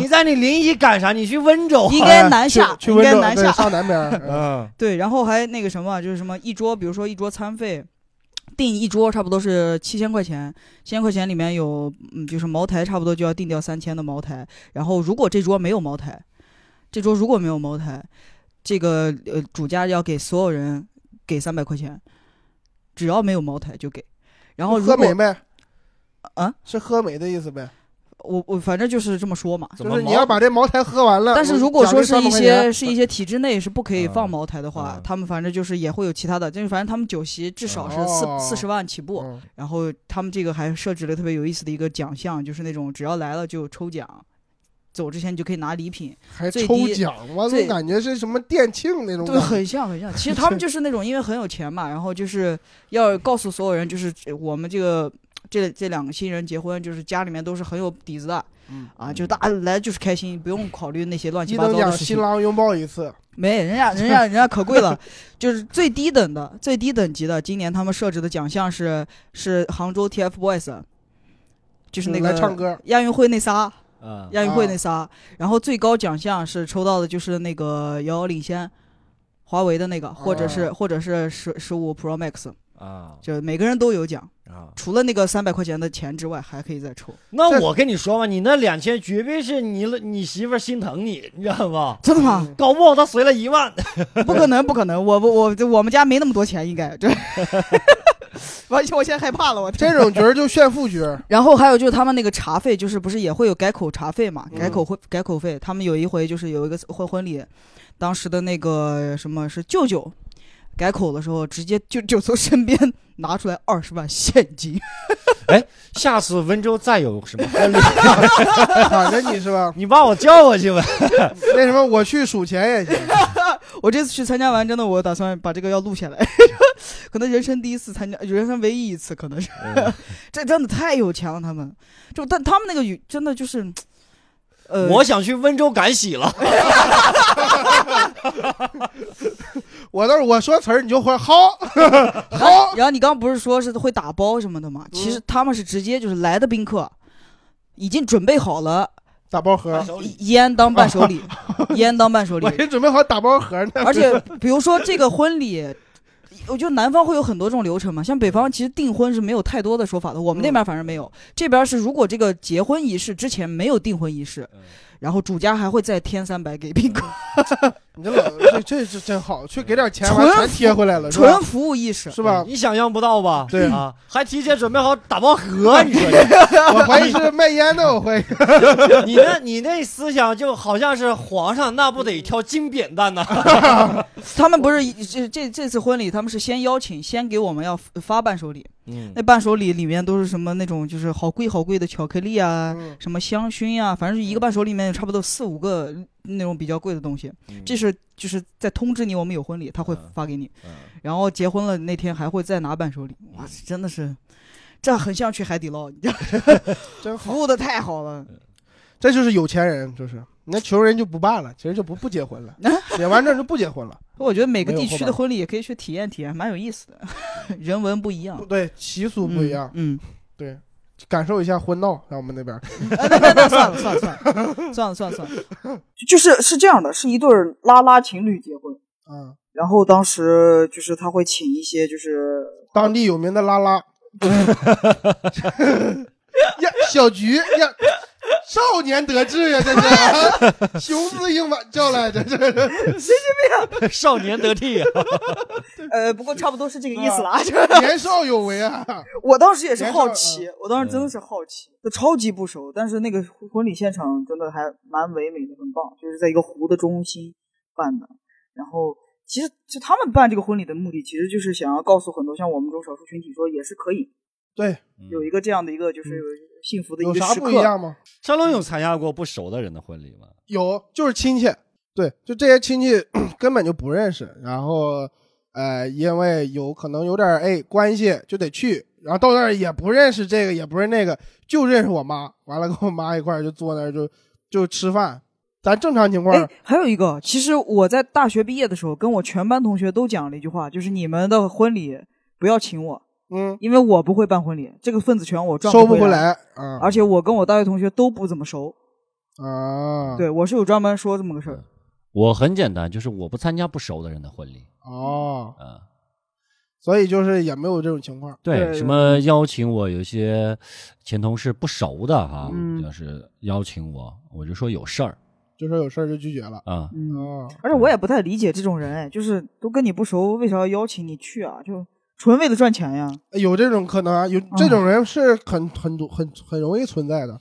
[SPEAKER 1] 你在你临沂赶啥？你去温州啊
[SPEAKER 3] 应该南下
[SPEAKER 2] 哦去去
[SPEAKER 3] 应
[SPEAKER 2] 温
[SPEAKER 3] 该
[SPEAKER 2] 州
[SPEAKER 3] 南
[SPEAKER 2] 对
[SPEAKER 3] 下
[SPEAKER 2] 上南 边儿。嗯
[SPEAKER 1] 嗯
[SPEAKER 3] 对，然后还那个什么，就是什么一桌，比如说一桌餐费，订一桌差不多是七千块钱，七千块钱里面有，嗯，就是茅台差不多就要定掉三千的茅台，然后如果这桌没有茅台，这桌如果没有茅台，这个呃主家要给所有人给三百块钱，只要没有茅台就给，然后如
[SPEAKER 2] 喝
[SPEAKER 3] 果
[SPEAKER 2] 美呗，
[SPEAKER 3] 啊，
[SPEAKER 2] 是喝美的意思呗。
[SPEAKER 3] 我我反正就是这么说嘛。
[SPEAKER 1] 怎
[SPEAKER 2] 就
[SPEAKER 1] 么
[SPEAKER 2] 是你
[SPEAKER 1] 毛
[SPEAKER 2] 要把这茅台喝完了，
[SPEAKER 3] 但是如果说是一些是一
[SPEAKER 2] 些
[SPEAKER 3] 些体制内是不可以放茅台的话，
[SPEAKER 1] 嗯
[SPEAKER 3] 他们反正就是也会有其他的，就是反正他们酒席至少是
[SPEAKER 2] 哦
[SPEAKER 3] 四四十万起步，
[SPEAKER 2] 嗯
[SPEAKER 3] 然后他们这个还设置了特别有意思的一个奖项，就是那种只要来了就抽奖，走之前你就可以拿礼品，
[SPEAKER 2] 还
[SPEAKER 3] 最
[SPEAKER 2] 抽
[SPEAKER 3] 低
[SPEAKER 2] 奖，我总
[SPEAKER 3] 最
[SPEAKER 2] 感觉是什么店庆那种感
[SPEAKER 3] 对，
[SPEAKER 2] 觉。
[SPEAKER 3] 很像很像。其实他们就是那种因为很有钱嘛，然后就是要告诉所有人，就是我们这个这这两个新人结婚，就是家里面都是很有底子的
[SPEAKER 2] 嗯，
[SPEAKER 3] 啊，就是大家来就是开心，不用考虑那些乱七
[SPEAKER 2] 一
[SPEAKER 3] 八
[SPEAKER 2] 等
[SPEAKER 3] 糟
[SPEAKER 2] 奖
[SPEAKER 3] 的事情
[SPEAKER 2] 新。郎拥抱一次，
[SPEAKER 3] 没，人家 人家人家可贵了，就是最低等的最低等级的。今年他们设置的奖项是是杭州 TFBOYS，就是那
[SPEAKER 2] 嗯来
[SPEAKER 3] 个
[SPEAKER 2] 唱歌，啊
[SPEAKER 3] 亚运会那仨，
[SPEAKER 1] 嗯
[SPEAKER 3] 亚运会那仨。然后最高奖项是抽到的就是那个遥遥领先，华为的那个，或者是、
[SPEAKER 2] 啊
[SPEAKER 3] 或者是十十五 Pro Max，
[SPEAKER 1] 啊
[SPEAKER 3] 就每个人都有奖，
[SPEAKER 1] 啊！
[SPEAKER 3] 除了那个三百块钱的钱之外，还可以再抽。
[SPEAKER 1] 那
[SPEAKER 2] 这
[SPEAKER 1] 我跟你说吧，你那两千绝对是你你媳妇儿心疼你，你知道 吗？
[SPEAKER 3] 真的吗？
[SPEAKER 1] 搞不好她随了一万。
[SPEAKER 3] 不可能，不可能！我不我我们家没那么多钱，应该对。 完，我现在害怕了，我
[SPEAKER 2] 这种角儿就炫富角 儿，
[SPEAKER 3] 然后还有就是他们那个茶费，就是不是也会有改口茶费嘛？改口会、改口费，他们有一回就是有一个婚婚礼，当时的那个什么是舅舅，改口的时候直接就就从身边拿出来二十万现金，
[SPEAKER 1] 哎，下次温州再有什么婚礼，
[SPEAKER 2] 喊着你是吧？
[SPEAKER 1] 你把我叫过 去呗。
[SPEAKER 2] 那什么，我去数钱也行。
[SPEAKER 3] 我这次去参加完，真的我打算把这个要录下来， 可能人生第一次参加，人生唯一一次，可能是 这真的太有钱了，他们就但他们那个语真的就是，呃，
[SPEAKER 1] 我想去温州赶喜了，
[SPEAKER 2] 我到时候我说词儿你就会好，好，
[SPEAKER 3] 然后你刚刚不是说是会打包什么的
[SPEAKER 2] 嗯
[SPEAKER 3] 吗？其实他们是直接就是来的宾客，已经准备好了
[SPEAKER 2] 打包盒。
[SPEAKER 3] 哎烟当伴 手礼，烟当伴手礼
[SPEAKER 2] 我。这准备好打包盒呢。
[SPEAKER 3] 而且比如说这个婚礼，我觉得南方会有很多这种流程嘛，像北方其实订婚是没有太多的说法的，我们
[SPEAKER 2] 嗯
[SPEAKER 3] 那边反正没有，这边是如果这个结婚仪式之前没有订婚仪式，
[SPEAKER 1] 嗯
[SPEAKER 3] 然后主家还会再添三百给宾客，
[SPEAKER 2] 你这老这这这真好，去给点钱完全贴回来了，是吧
[SPEAKER 3] 纯？服务意识。
[SPEAKER 2] 嗯是吧？
[SPEAKER 1] 你想象不到吧？
[SPEAKER 2] 对
[SPEAKER 1] 啊，还提前准备好打包盒，你说这
[SPEAKER 2] 我怀疑是卖烟的，我怀疑。
[SPEAKER 1] 你那你那思想就好像是皇上那不得挑金扁担呐？
[SPEAKER 3] 他们不是这这这次婚礼，他们是先邀请，先给我们要发伴手礼，
[SPEAKER 1] 嗯
[SPEAKER 3] 那伴手礼里面都是什么那种就是好贵好贵的巧克力啊，
[SPEAKER 2] 嗯
[SPEAKER 3] 什么香薰啊，反正
[SPEAKER 4] 嗯
[SPEAKER 3] 一个伴手里面有差不多四五个那种比较贵的东西。
[SPEAKER 4] 嗯
[SPEAKER 3] 这是就是在通知你我们有婚礼，他会
[SPEAKER 1] 嗯
[SPEAKER 3] 发给你，然后结婚了那天还会再拿伴手礼。哇，真的是，这很像去海底捞，你这
[SPEAKER 2] 真好，
[SPEAKER 3] 服务的太好了。
[SPEAKER 4] 嗯
[SPEAKER 2] 这就是有钱人，就是你那穷人就不办了，其实就不不结婚了，领完证就不结婚了。
[SPEAKER 3] 我觉得每个
[SPEAKER 2] 没有
[SPEAKER 3] 地
[SPEAKER 2] 后
[SPEAKER 3] 区
[SPEAKER 2] 半
[SPEAKER 3] 的
[SPEAKER 2] 场
[SPEAKER 3] 婚礼也可以去体验体验，蛮有意思 的，人文不一样
[SPEAKER 2] 不，对，习俗不一样，
[SPEAKER 3] 嗯，
[SPEAKER 2] 对，感受一下婚闹，让我们那边。
[SPEAKER 3] 嗯哎那那那算了算了算了算了算了算了，
[SPEAKER 4] 就是是这样的，是一对儿拉拉情侣结婚，
[SPEAKER 2] 嗯，
[SPEAKER 4] 然后当时就是他会请一些就是
[SPEAKER 2] 当地有名的拉拉。呀，小菊呀，少年得志呀，这是啊雄姿英发叫来，这是
[SPEAKER 1] 少年得体 啊！
[SPEAKER 4] 呃，不过差不多是这个
[SPEAKER 2] 意思了
[SPEAKER 4] 啊。
[SPEAKER 2] 年少有为啊！
[SPEAKER 4] 我当时也是
[SPEAKER 2] 年
[SPEAKER 4] 好
[SPEAKER 2] 少嗯
[SPEAKER 4] 奇，我当时真的是好奇，就超级不熟，但是那个婚礼现场真的还蛮唯美的，很棒，就是在一个湖的中心办的。然后其实就他们办这个婚礼的目的，其实就是想要告诉很多像我们这种少数群体说也是可以
[SPEAKER 2] 对，
[SPEAKER 4] 有一个这样的一个就是幸福的一
[SPEAKER 2] 嗯有
[SPEAKER 4] 个
[SPEAKER 2] 啥
[SPEAKER 4] 时
[SPEAKER 2] 不
[SPEAKER 4] 刻。
[SPEAKER 2] 一样吗？
[SPEAKER 1] 张龙有参加过不熟的人的婚礼吗？
[SPEAKER 2] 有，就是亲戚，对，就这些亲戚 根本就不认识，然后呃，因为有可能有点儿哎关系就得去，然后到那儿也不认识这个，也不是那个，就认识我妈，完了跟我妈一块儿就坐那儿就就吃饭，咱正常情况
[SPEAKER 3] 哎，还有一个，其实我在大学毕业的时候，跟我全班同学都讲了一句话，就是你们的婚礼不要请我，
[SPEAKER 2] 嗯
[SPEAKER 3] 因为我不会办婚礼，这个份子钱我赚
[SPEAKER 2] 收不
[SPEAKER 3] 不
[SPEAKER 2] 回
[SPEAKER 3] 来。
[SPEAKER 2] 来啊
[SPEAKER 3] 而且我跟我大学同学都不怎么熟，
[SPEAKER 2] 啊，
[SPEAKER 3] 对我是有专门说这么个事儿。
[SPEAKER 1] 我很简单，就是我不参加不熟的人的婚礼
[SPEAKER 2] 哦，
[SPEAKER 1] 啊。
[SPEAKER 2] 所以就是也没有这种情况，
[SPEAKER 1] 对，
[SPEAKER 3] 对
[SPEAKER 1] 什么邀请我，有一些前同事不熟的哈，
[SPEAKER 3] 嗯
[SPEAKER 1] 就是邀请我，我就说有事儿
[SPEAKER 2] 就说有事儿就拒绝了
[SPEAKER 1] 啊。
[SPEAKER 3] 嗯，
[SPEAKER 2] 啊，
[SPEAKER 3] 而且我也不太理解这种人，哎，就是都跟你不熟，为啥要邀请你去啊？就纯为了赚钱呀？
[SPEAKER 2] 有这种可能啊，有
[SPEAKER 3] 嗯
[SPEAKER 2] 这种人是很很多很很容易存在的，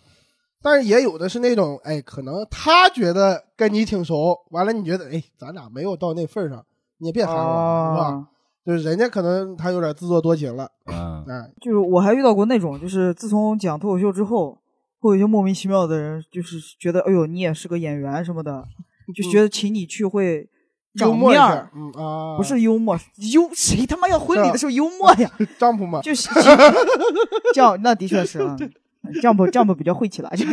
[SPEAKER 2] 但是也有的是那种，哎，可能他觉得跟你挺熟，完了你觉得，哎，咱俩没有到那份儿上，你也别喊我了，是吧？
[SPEAKER 3] 啊，
[SPEAKER 2] 就是人家可能他有点自作多情了，
[SPEAKER 1] 嗯，
[SPEAKER 2] 哎，
[SPEAKER 3] 就是我还遇到过那种，就是自从讲脱口秀之后，会有一些莫名其妙的人，就是觉得哎呦你也是个演员什么的，就觉得请你去会
[SPEAKER 2] 嗯幽
[SPEAKER 3] 长
[SPEAKER 2] 默一
[SPEAKER 3] 面
[SPEAKER 2] 下啊
[SPEAKER 3] 儿，，
[SPEAKER 2] 嗯啊，
[SPEAKER 3] 不是幽默，幽谁他妈要婚礼的时候幽默呀？
[SPEAKER 2] 丈夫嘛，
[SPEAKER 3] 就是这样，那的确是啊，这样不这样不比较晦 气了，就是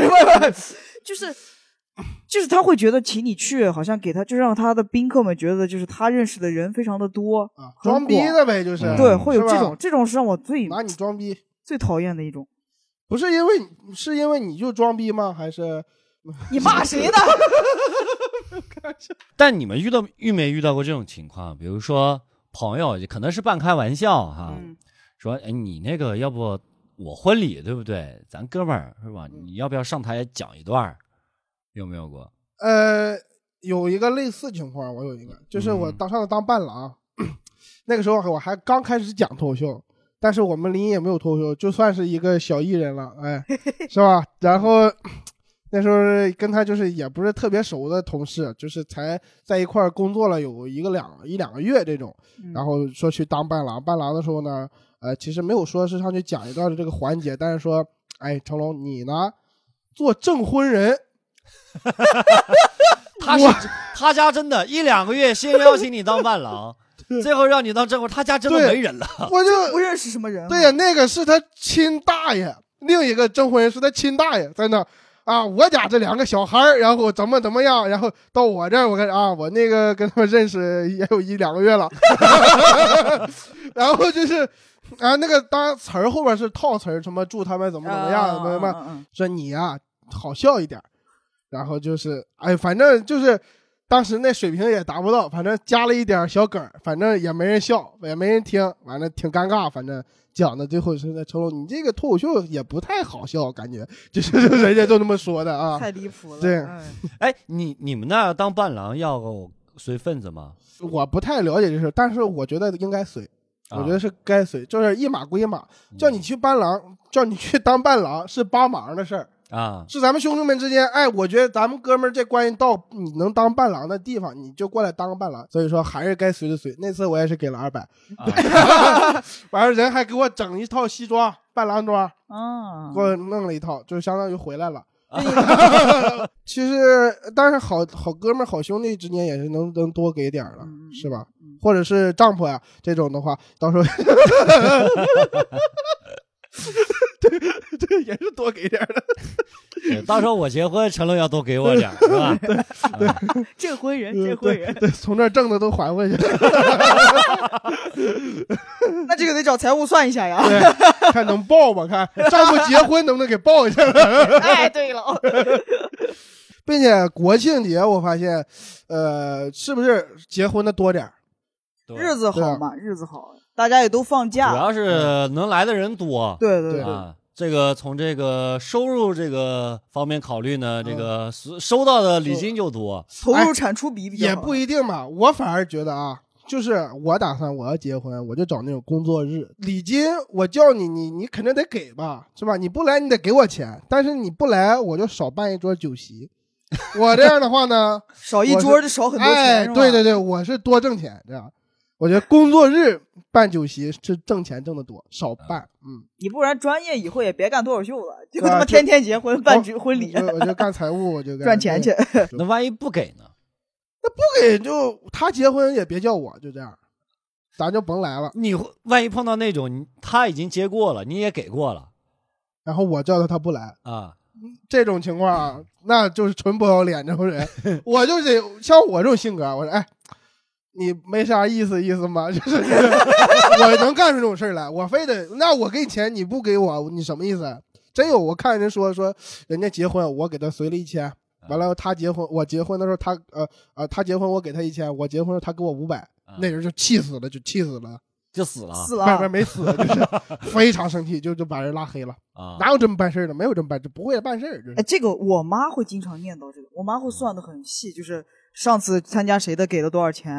[SPEAKER 3] 就是就是他会觉得请你去，好像给他就让他的宾客们觉得就是他认识的人非常的多，
[SPEAKER 2] 啊，装逼的呗，就是
[SPEAKER 1] 嗯
[SPEAKER 3] 对，会有这
[SPEAKER 2] 是吧
[SPEAKER 3] 种这种是让我最
[SPEAKER 2] 拿你装逼，
[SPEAKER 3] 最讨厌的一种。
[SPEAKER 2] 不是因为你是因为你就装逼吗？还是
[SPEAKER 3] 你骂谁呢？
[SPEAKER 1] 但你们遇到遇没遇到过这种情况？比如说朋友可能是半开玩笑哈，
[SPEAKER 3] 嗯
[SPEAKER 1] 说哎你那个要不我婚礼对不对？咱哥们儿是吧？你要不要上台讲一段儿？有没有过？
[SPEAKER 2] 呃，有一个类似情况，我有一个，就是我
[SPEAKER 1] 嗯
[SPEAKER 2] 当上次当伴郎，那个时候我还刚开始讲脱口秀，但是我们临沂也没有脱口秀，就算是一个小艺人了，哎，是吧？然后 那时候跟他就是也不是特别熟的同事，就是才在一块儿工作了有一个两一两个月这种，然后说去当伴郎，伴郎的时候呢，呃，其实没有说是上去讲一段的这个环节，但是说，哎，成龙你呢，做证婚人，
[SPEAKER 1] 他是他家真的，一两个月先邀请你当伴郎，最后让你当正官，他家真的
[SPEAKER 2] 对
[SPEAKER 1] 没人了。
[SPEAKER 2] 我就
[SPEAKER 3] 不认识什么人啊，
[SPEAKER 2] 对呀，那个是他亲大爷，另一个证婚人是他亲大爷，在那啊，我家这两个小孩儿，然后怎么怎么样，然后到我这儿，我跟啊，我那个跟他们认识也有一两个月了，然后就是啊，那个当然词儿后边是套词儿，什么祝他们怎么怎么样，怎么怎么样，
[SPEAKER 3] 嗯？嗯嗯
[SPEAKER 2] 说你呀、好笑一点儿，然后就是哎，反正就是当时那水平也达不到，反正加了一点儿小梗儿，反正也没人笑，也没人听，完了挺尴尬，反正讲的最后是在成龙，你这个脱口秀也不太好笑，感觉就是人家都这么说的啊。
[SPEAKER 3] 太离谱了。
[SPEAKER 2] 对
[SPEAKER 3] 哎
[SPEAKER 1] 哎，你你们那儿当伴郎要个随份子吗？
[SPEAKER 2] 我不太了解这事儿，但是我觉得应该随，
[SPEAKER 1] 啊
[SPEAKER 2] 我觉得是该随，就是一码归一码，叫你去伴郎，叫你去当伴郎是帮忙的事儿。
[SPEAKER 1] 啊，
[SPEAKER 2] 是咱们兄弟们之间，哎，我觉得咱们哥们儿这关系到你能当伴郎的地方，你就过来当个伴郎。所以说还是该随就随。那次我也是给了二百，
[SPEAKER 1] 啊
[SPEAKER 2] 完了人还给我整一套西装，伴郎装，
[SPEAKER 3] 啊
[SPEAKER 2] 给，我弄了一套，就相当于回来了。 其实，但是好好哥们儿、好兄弟之间也是能能多给点儿的，
[SPEAKER 3] 嗯
[SPEAKER 2] 是吧
[SPEAKER 3] 嗯？
[SPEAKER 2] 或者是丈夫呀、这种的话，到 时候 这这也是多给点儿的。
[SPEAKER 1] 对到时候我结婚，成龙要多给我点儿，是 吧？
[SPEAKER 3] 证婚人，
[SPEAKER 2] 嗯
[SPEAKER 3] 证婚人，
[SPEAKER 2] 对， 从这儿挣的都还回去。
[SPEAKER 3] 那这个得找财务算一 下呀。
[SPEAKER 2] 对，看能报吧，看丈夫结婚能不能给报一下，
[SPEAKER 3] 哎，对了，
[SPEAKER 2] 啊并且国庆节我发现，呃，是不是结婚的多点儿？
[SPEAKER 1] 对
[SPEAKER 3] 日子
[SPEAKER 2] 对啊
[SPEAKER 3] 好嘛，日子好，大家也都放
[SPEAKER 1] 主
[SPEAKER 3] 假。
[SPEAKER 1] 要是能来的人多。
[SPEAKER 3] 嗯对对
[SPEAKER 2] 对
[SPEAKER 3] 对，
[SPEAKER 1] 啊，这个从这个收入这个方面考虑呢，
[SPEAKER 3] 嗯
[SPEAKER 1] 这个收收到的礼金就多。
[SPEAKER 3] 投
[SPEAKER 2] 哎
[SPEAKER 3] 入产出比比较
[SPEAKER 2] 也
[SPEAKER 3] 好
[SPEAKER 2] 不一定吧。我反而觉得啊，就是我打算我要结婚，我就找那种工作日，礼金我叫你，你你肯定得给吧，是吧？你不来你得给我钱，但是你不来我就少办一桌酒席。 我这样的话呢，
[SPEAKER 3] 少一桌就少很多钱，
[SPEAKER 2] 哎，
[SPEAKER 3] 是吧
[SPEAKER 2] 对对对，我是多挣钱这样。我觉得工作日办酒席是挣钱挣得多，少
[SPEAKER 3] 啊
[SPEAKER 2] 办，嗯。
[SPEAKER 3] 你不然专业以后也别干脱口秀了，就
[SPEAKER 2] 对啊嗯
[SPEAKER 3] 他妈天天结婚办结婚礼
[SPEAKER 2] 哦我，就我就干财务，我就干
[SPEAKER 3] 赚钱去。。
[SPEAKER 2] 对
[SPEAKER 1] 那万一不给呢？
[SPEAKER 2] 不 给就他结婚也别叫我，就这样，咱就甭来了。
[SPEAKER 1] 你会万一碰到那种你他已经结过了，你也给过了
[SPEAKER 2] 然后我叫他，他不来，
[SPEAKER 1] 啊，
[SPEAKER 2] 这种情况啊，那就是纯不要脸这种 人。我就得像我这种性格啊，我说哎，你没啥意思意思吗？ 就是我能干出这种事儿来，我非得那我给你钱你不给我，你什么意思？啊真有，我看人说说人家结婚，我给他随了一千，
[SPEAKER 1] 啊
[SPEAKER 2] 完了他结婚，我结婚的时候他呃呃他结婚我给他一千，我结婚的时候他给我五百，
[SPEAKER 1] 啊
[SPEAKER 2] 那人就气死了，就气死了，
[SPEAKER 1] 就死了
[SPEAKER 3] 死
[SPEAKER 2] 外边
[SPEAKER 3] 了，啊
[SPEAKER 2] 没死， 就是非常生气，就就把人拉黑了。
[SPEAKER 1] 啊。
[SPEAKER 2] 哪有这么办事儿的？没有这么办，就不会办事儿，就是
[SPEAKER 3] 哎，这个我妈会经常念叨这个，我妈会算的很细，就是上次参加谁的给了多少钱，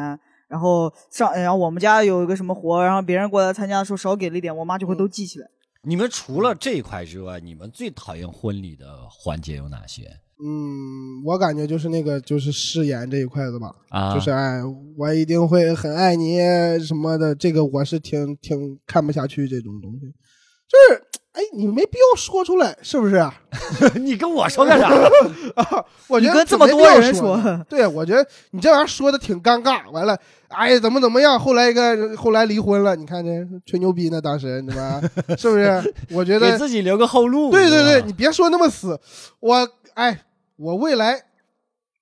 [SPEAKER 3] 然后上，然后我们家有一个什么活，然后别人过来参加的时候少给了一点，我妈就
[SPEAKER 2] 嗯
[SPEAKER 3] 会都记起来。
[SPEAKER 1] 你们除
[SPEAKER 3] 嗯
[SPEAKER 1] 了这一块之外，你们最讨厌婚礼的环节有哪些
[SPEAKER 2] 嗯，我感觉就是那个就是誓言这一块的吧，
[SPEAKER 1] 啊？
[SPEAKER 2] 就是哎，我一定会很爱你什么的，这个我是挺挺看不下去这种东西，就是哎，你没必要说出来，是不是啊？
[SPEAKER 1] 你跟我说干啥？
[SPEAKER 2] 啊，我
[SPEAKER 3] 你
[SPEAKER 2] 觉得
[SPEAKER 3] 跟这么
[SPEAKER 2] 没必
[SPEAKER 3] 多
[SPEAKER 2] 要
[SPEAKER 3] 人
[SPEAKER 2] 说
[SPEAKER 3] 说
[SPEAKER 2] 的，对我觉得你这玩意儿说的挺尴尬。完了，哎，怎么怎么样？后来一个后来离婚了，你看这吹牛逼呢，当时你妈是不是？我觉
[SPEAKER 1] 给
[SPEAKER 2] 得
[SPEAKER 1] 自己留个后路。
[SPEAKER 2] 对对
[SPEAKER 1] 是
[SPEAKER 2] 对，
[SPEAKER 1] 吧
[SPEAKER 2] 你别说那么死，我哎，我未来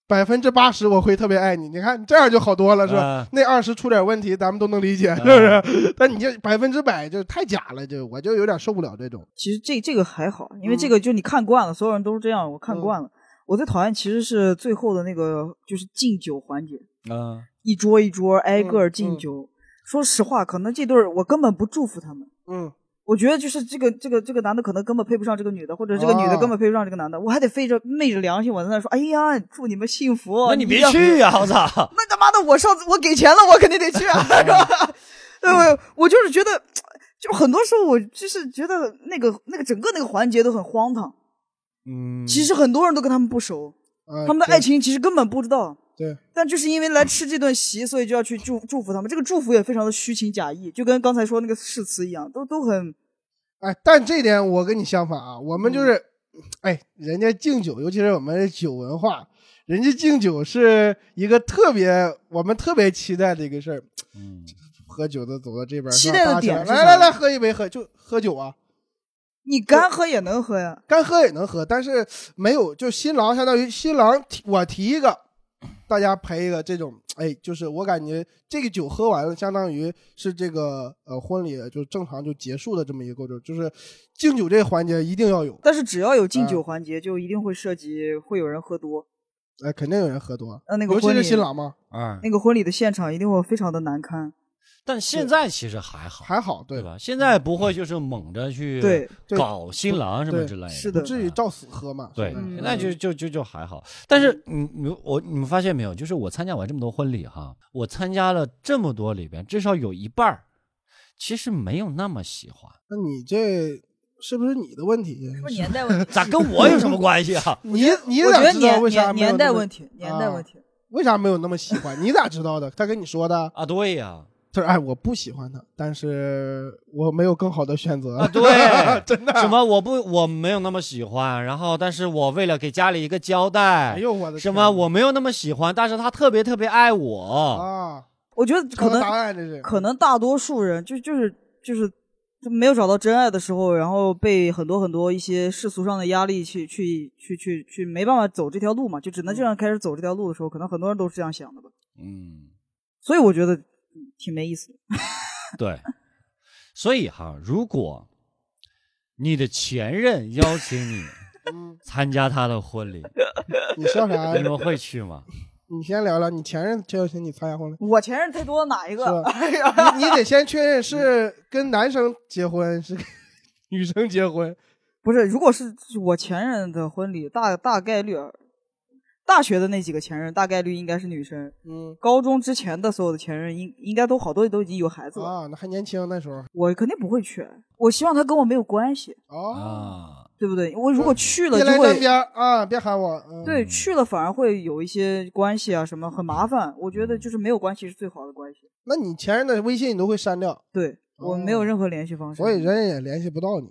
[SPEAKER 2] 百分之八十我会特别爱你。你看这样就好多了，是吧？
[SPEAKER 1] 啊
[SPEAKER 2] 那二十出点问题，咱们都能理解，是不是？但你这百分之百就太假了，就我就有点受不了这种。
[SPEAKER 3] 其实这这个还好，因为
[SPEAKER 2] 嗯
[SPEAKER 3] 这个就你看惯了，所有人都是这样，我看
[SPEAKER 2] 嗯
[SPEAKER 3] 惯了。我最讨厌其实是最后的那个就是敬酒环节，
[SPEAKER 1] 啊
[SPEAKER 3] 一桌一桌挨个儿
[SPEAKER 2] 嗯
[SPEAKER 3] 敬
[SPEAKER 2] 嗯
[SPEAKER 3] 酒。说实话，可能这对儿我根本不祝福他们。
[SPEAKER 2] 嗯，
[SPEAKER 3] 我觉得就是这个这个这个男的可能根本配不上这个女的，或者这个女的
[SPEAKER 2] 啊
[SPEAKER 3] 根
[SPEAKER 1] 哦
[SPEAKER 3] 本配不上这个男的，我还得费着昧着良心，我在那说，哎呀，祝你们幸福。
[SPEAKER 1] 那你别
[SPEAKER 3] 要
[SPEAKER 1] 去呀！我操！
[SPEAKER 3] 那他妈的，我上次我给钱了，我肯定得去啊，是吧？对，我我就是觉得，就很多时候我就是觉得那个那个整个那个环节都很荒唐。
[SPEAKER 2] 嗯，
[SPEAKER 3] 其实很多人都跟他们不熟，
[SPEAKER 1] 啊
[SPEAKER 2] 呃
[SPEAKER 3] 他们的
[SPEAKER 2] 对
[SPEAKER 3] 爱情其实根本不知道。
[SPEAKER 2] 对，
[SPEAKER 3] 但就是因为来吃这顿席，所以就要去祝祝福他们。这个祝福也非常的虚情假意，就跟刚才说那个誓词一样，都都很
[SPEAKER 2] 哎，但这点我跟你相反啊，我们就是，
[SPEAKER 3] 嗯
[SPEAKER 2] 哎，人家敬酒，尤其是我们酒文化，人家敬酒是一个特别我们特别期待的一个事儿。
[SPEAKER 1] 嗯，
[SPEAKER 2] 喝酒的走到这边，
[SPEAKER 3] 期待的点
[SPEAKER 2] 上
[SPEAKER 3] 是
[SPEAKER 2] 大家
[SPEAKER 3] 啥
[SPEAKER 2] 来来来，喝一杯，喝就喝酒啊，
[SPEAKER 3] 你干喝也能喝呀。
[SPEAKER 2] 干喝也能喝，但是没有就新郎相当于新郎提我提一个，大家陪一个这种，哎，就是我感觉这个酒喝完了，相当于是这个呃婚礼就正常就结束的这么一个过程，就是敬酒这个环节一定要有，
[SPEAKER 3] 但是只要有敬
[SPEAKER 2] 嗯
[SPEAKER 3] 酒环节，就一定会涉及会有人喝多。
[SPEAKER 2] 哎，肯定有人喝多，
[SPEAKER 3] 那那个
[SPEAKER 2] 尤其
[SPEAKER 3] 婚
[SPEAKER 2] 是
[SPEAKER 3] 礼，
[SPEAKER 2] 新郎嘛，
[SPEAKER 1] 哎，
[SPEAKER 3] 那个婚礼的现场一定会非常的难堪。
[SPEAKER 1] 但现在其实还好，
[SPEAKER 2] 还好，
[SPEAKER 1] 对
[SPEAKER 2] 对？
[SPEAKER 1] 吧？现在不会就是猛着去
[SPEAKER 3] 对
[SPEAKER 2] 对
[SPEAKER 1] 搞新郎什么
[SPEAKER 2] 对嗯
[SPEAKER 1] 之类的，
[SPEAKER 3] 是
[SPEAKER 2] 不
[SPEAKER 3] 的
[SPEAKER 2] 至于照死喝嘛，
[SPEAKER 1] 啊对，
[SPEAKER 2] 现
[SPEAKER 1] 嗯
[SPEAKER 2] 在
[SPEAKER 1] 那就就就就还好。但是你你我你们发现没有？就是我参加完这么多婚礼哈，我参加了这么多里边，至少有一半儿其实没有那么喜欢。
[SPEAKER 2] 那你这是不是你的问题？？
[SPEAKER 4] 说年代问题，
[SPEAKER 1] 咋跟我有什么关系啊
[SPEAKER 2] 你你
[SPEAKER 4] 我觉
[SPEAKER 2] 咋
[SPEAKER 4] 得
[SPEAKER 2] 知道
[SPEAKER 4] 年
[SPEAKER 2] 为啥
[SPEAKER 4] 年
[SPEAKER 2] 没有啊
[SPEAKER 4] 年代
[SPEAKER 2] 那么
[SPEAKER 4] 问题，年代问题。
[SPEAKER 2] 为啥没有那么喜欢？你咋知道的？他跟你说的？
[SPEAKER 1] 啊，对呀、
[SPEAKER 2] 他说：“哎，我不喜欢他，但是我没有更好的选择。
[SPEAKER 1] 啊，对，
[SPEAKER 2] 真的啊
[SPEAKER 1] 什么我不我没有那么喜欢，然后但是我为了给家里一个交代
[SPEAKER 2] 哎，呦我的天
[SPEAKER 1] 什么我没有那么喜欢，但是他特别特别爱我，
[SPEAKER 2] 啊？
[SPEAKER 3] 我觉得
[SPEAKER 2] 这
[SPEAKER 3] 可
[SPEAKER 2] 个
[SPEAKER 3] 能
[SPEAKER 2] 答案这是
[SPEAKER 3] 可能大多数人就就是就是就没有找到真爱的时候，然后被很多很多一些世俗上的压力去去去去去没办法走这条路嘛，就只
[SPEAKER 2] 嗯
[SPEAKER 3] 能这样开始走这条路的时候，可能很多人都是这样想的吧。
[SPEAKER 1] 嗯，
[SPEAKER 3] 所以我觉得嗯挺没意思的。
[SPEAKER 1] 对，所以哈，如果你的前任邀请你
[SPEAKER 2] 嗯，哎
[SPEAKER 1] 参加他的婚 礼，
[SPEAKER 2] 你笑啥
[SPEAKER 1] 你？们会去吗？
[SPEAKER 2] 你先聊聊，你前任邀请你参加婚礼
[SPEAKER 4] 我前任太多哪一
[SPEAKER 2] 是
[SPEAKER 4] 个？
[SPEAKER 2] 吧？ 你你得先确认
[SPEAKER 1] 嗯
[SPEAKER 2] 是跟男生结婚 是跟女生结婚，
[SPEAKER 3] 不是，如果是我前任的婚礼，大大概率，大学的那几个前任大概率应该是女生，
[SPEAKER 2] 嗯
[SPEAKER 3] 高中之前的所有的前任应应该都好多都已经有孩子了，
[SPEAKER 2] 啊，那还年轻那时候
[SPEAKER 3] 我肯定不会去。我希望他跟我没有关系，
[SPEAKER 2] 哦，
[SPEAKER 1] 啊，
[SPEAKER 3] 对不对？我如果去了
[SPEAKER 2] 别
[SPEAKER 3] 就
[SPEAKER 2] 来沾
[SPEAKER 3] 会。
[SPEAKER 2] 边儿啊，别喊我，嗯，
[SPEAKER 3] 对，
[SPEAKER 1] 嗯
[SPEAKER 3] 去了反而会有一些关系啊，什么很麻烦。我觉得就是没有关系是最好的关系。
[SPEAKER 2] 那你前任的微信你都会删掉，
[SPEAKER 3] 对我没有任何联系方式，
[SPEAKER 2] 哦所以人家也联系不到你。”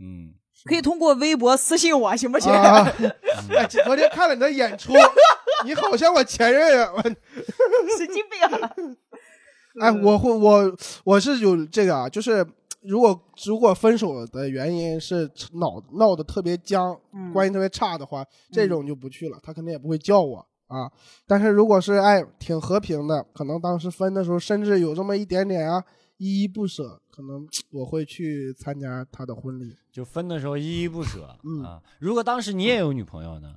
[SPEAKER 1] 嗯，
[SPEAKER 3] 可以通过微博私信我，行不行？
[SPEAKER 2] 啊！哎，昨天看了你的演出， 你好像我前任啊！ 我
[SPEAKER 3] 神经病啊！
[SPEAKER 2] 哎，我会我我是有这个啊，就是如果如果分手的原因是闹闹得特别僵，
[SPEAKER 3] 嗯
[SPEAKER 2] 关系特别差的话，这种就不去了，他肯定也不会叫我啊。但是如果是哎挺和平的，可能当时分的时候，甚至有这么一点点啊依依不舍，可能我会去参加他的婚礼。
[SPEAKER 1] 就分的时候依依不舍、
[SPEAKER 2] 嗯
[SPEAKER 1] 啊。如果当时你也有女朋友呢，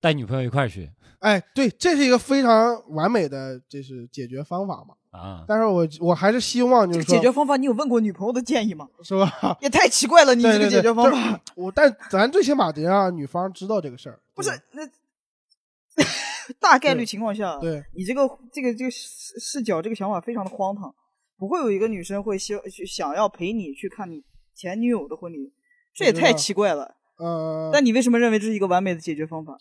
[SPEAKER 1] 带女朋友一块儿去
[SPEAKER 2] 哎，对，这是一个非常完美的，这是解决方法嘛。
[SPEAKER 1] 啊，
[SPEAKER 2] 但是我我还是希望 就
[SPEAKER 3] 这
[SPEAKER 2] 是
[SPEAKER 3] 个
[SPEAKER 2] 说
[SPEAKER 3] 解决方法，你有问过女朋友的建议吗？
[SPEAKER 2] 是吧？
[SPEAKER 3] 也太奇 怪了，你
[SPEAKER 2] 对
[SPEAKER 3] 这
[SPEAKER 2] 对
[SPEAKER 3] 个
[SPEAKER 2] 对，
[SPEAKER 3] 解决方 法。
[SPEAKER 2] 就是我但咱最起码得让女方知道这个事儿，
[SPEAKER 3] 不是
[SPEAKER 2] 对吧
[SPEAKER 3] 那 大概率
[SPEAKER 2] 对
[SPEAKER 3] 情况下，
[SPEAKER 2] 对
[SPEAKER 3] 你这个这个这个视视角这个想法非常的荒唐，不会有一个女生会希去想要陪你去看你前女友的婚礼，这也
[SPEAKER 2] 知
[SPEAKER 3] 太
[SPEAKER 2] 道
[SPEAKER 3] 奇怪了。
[SPEAKER 2] 呃，
[SPEAKER 3] 但你为什么认为这是一个完美的解决方法？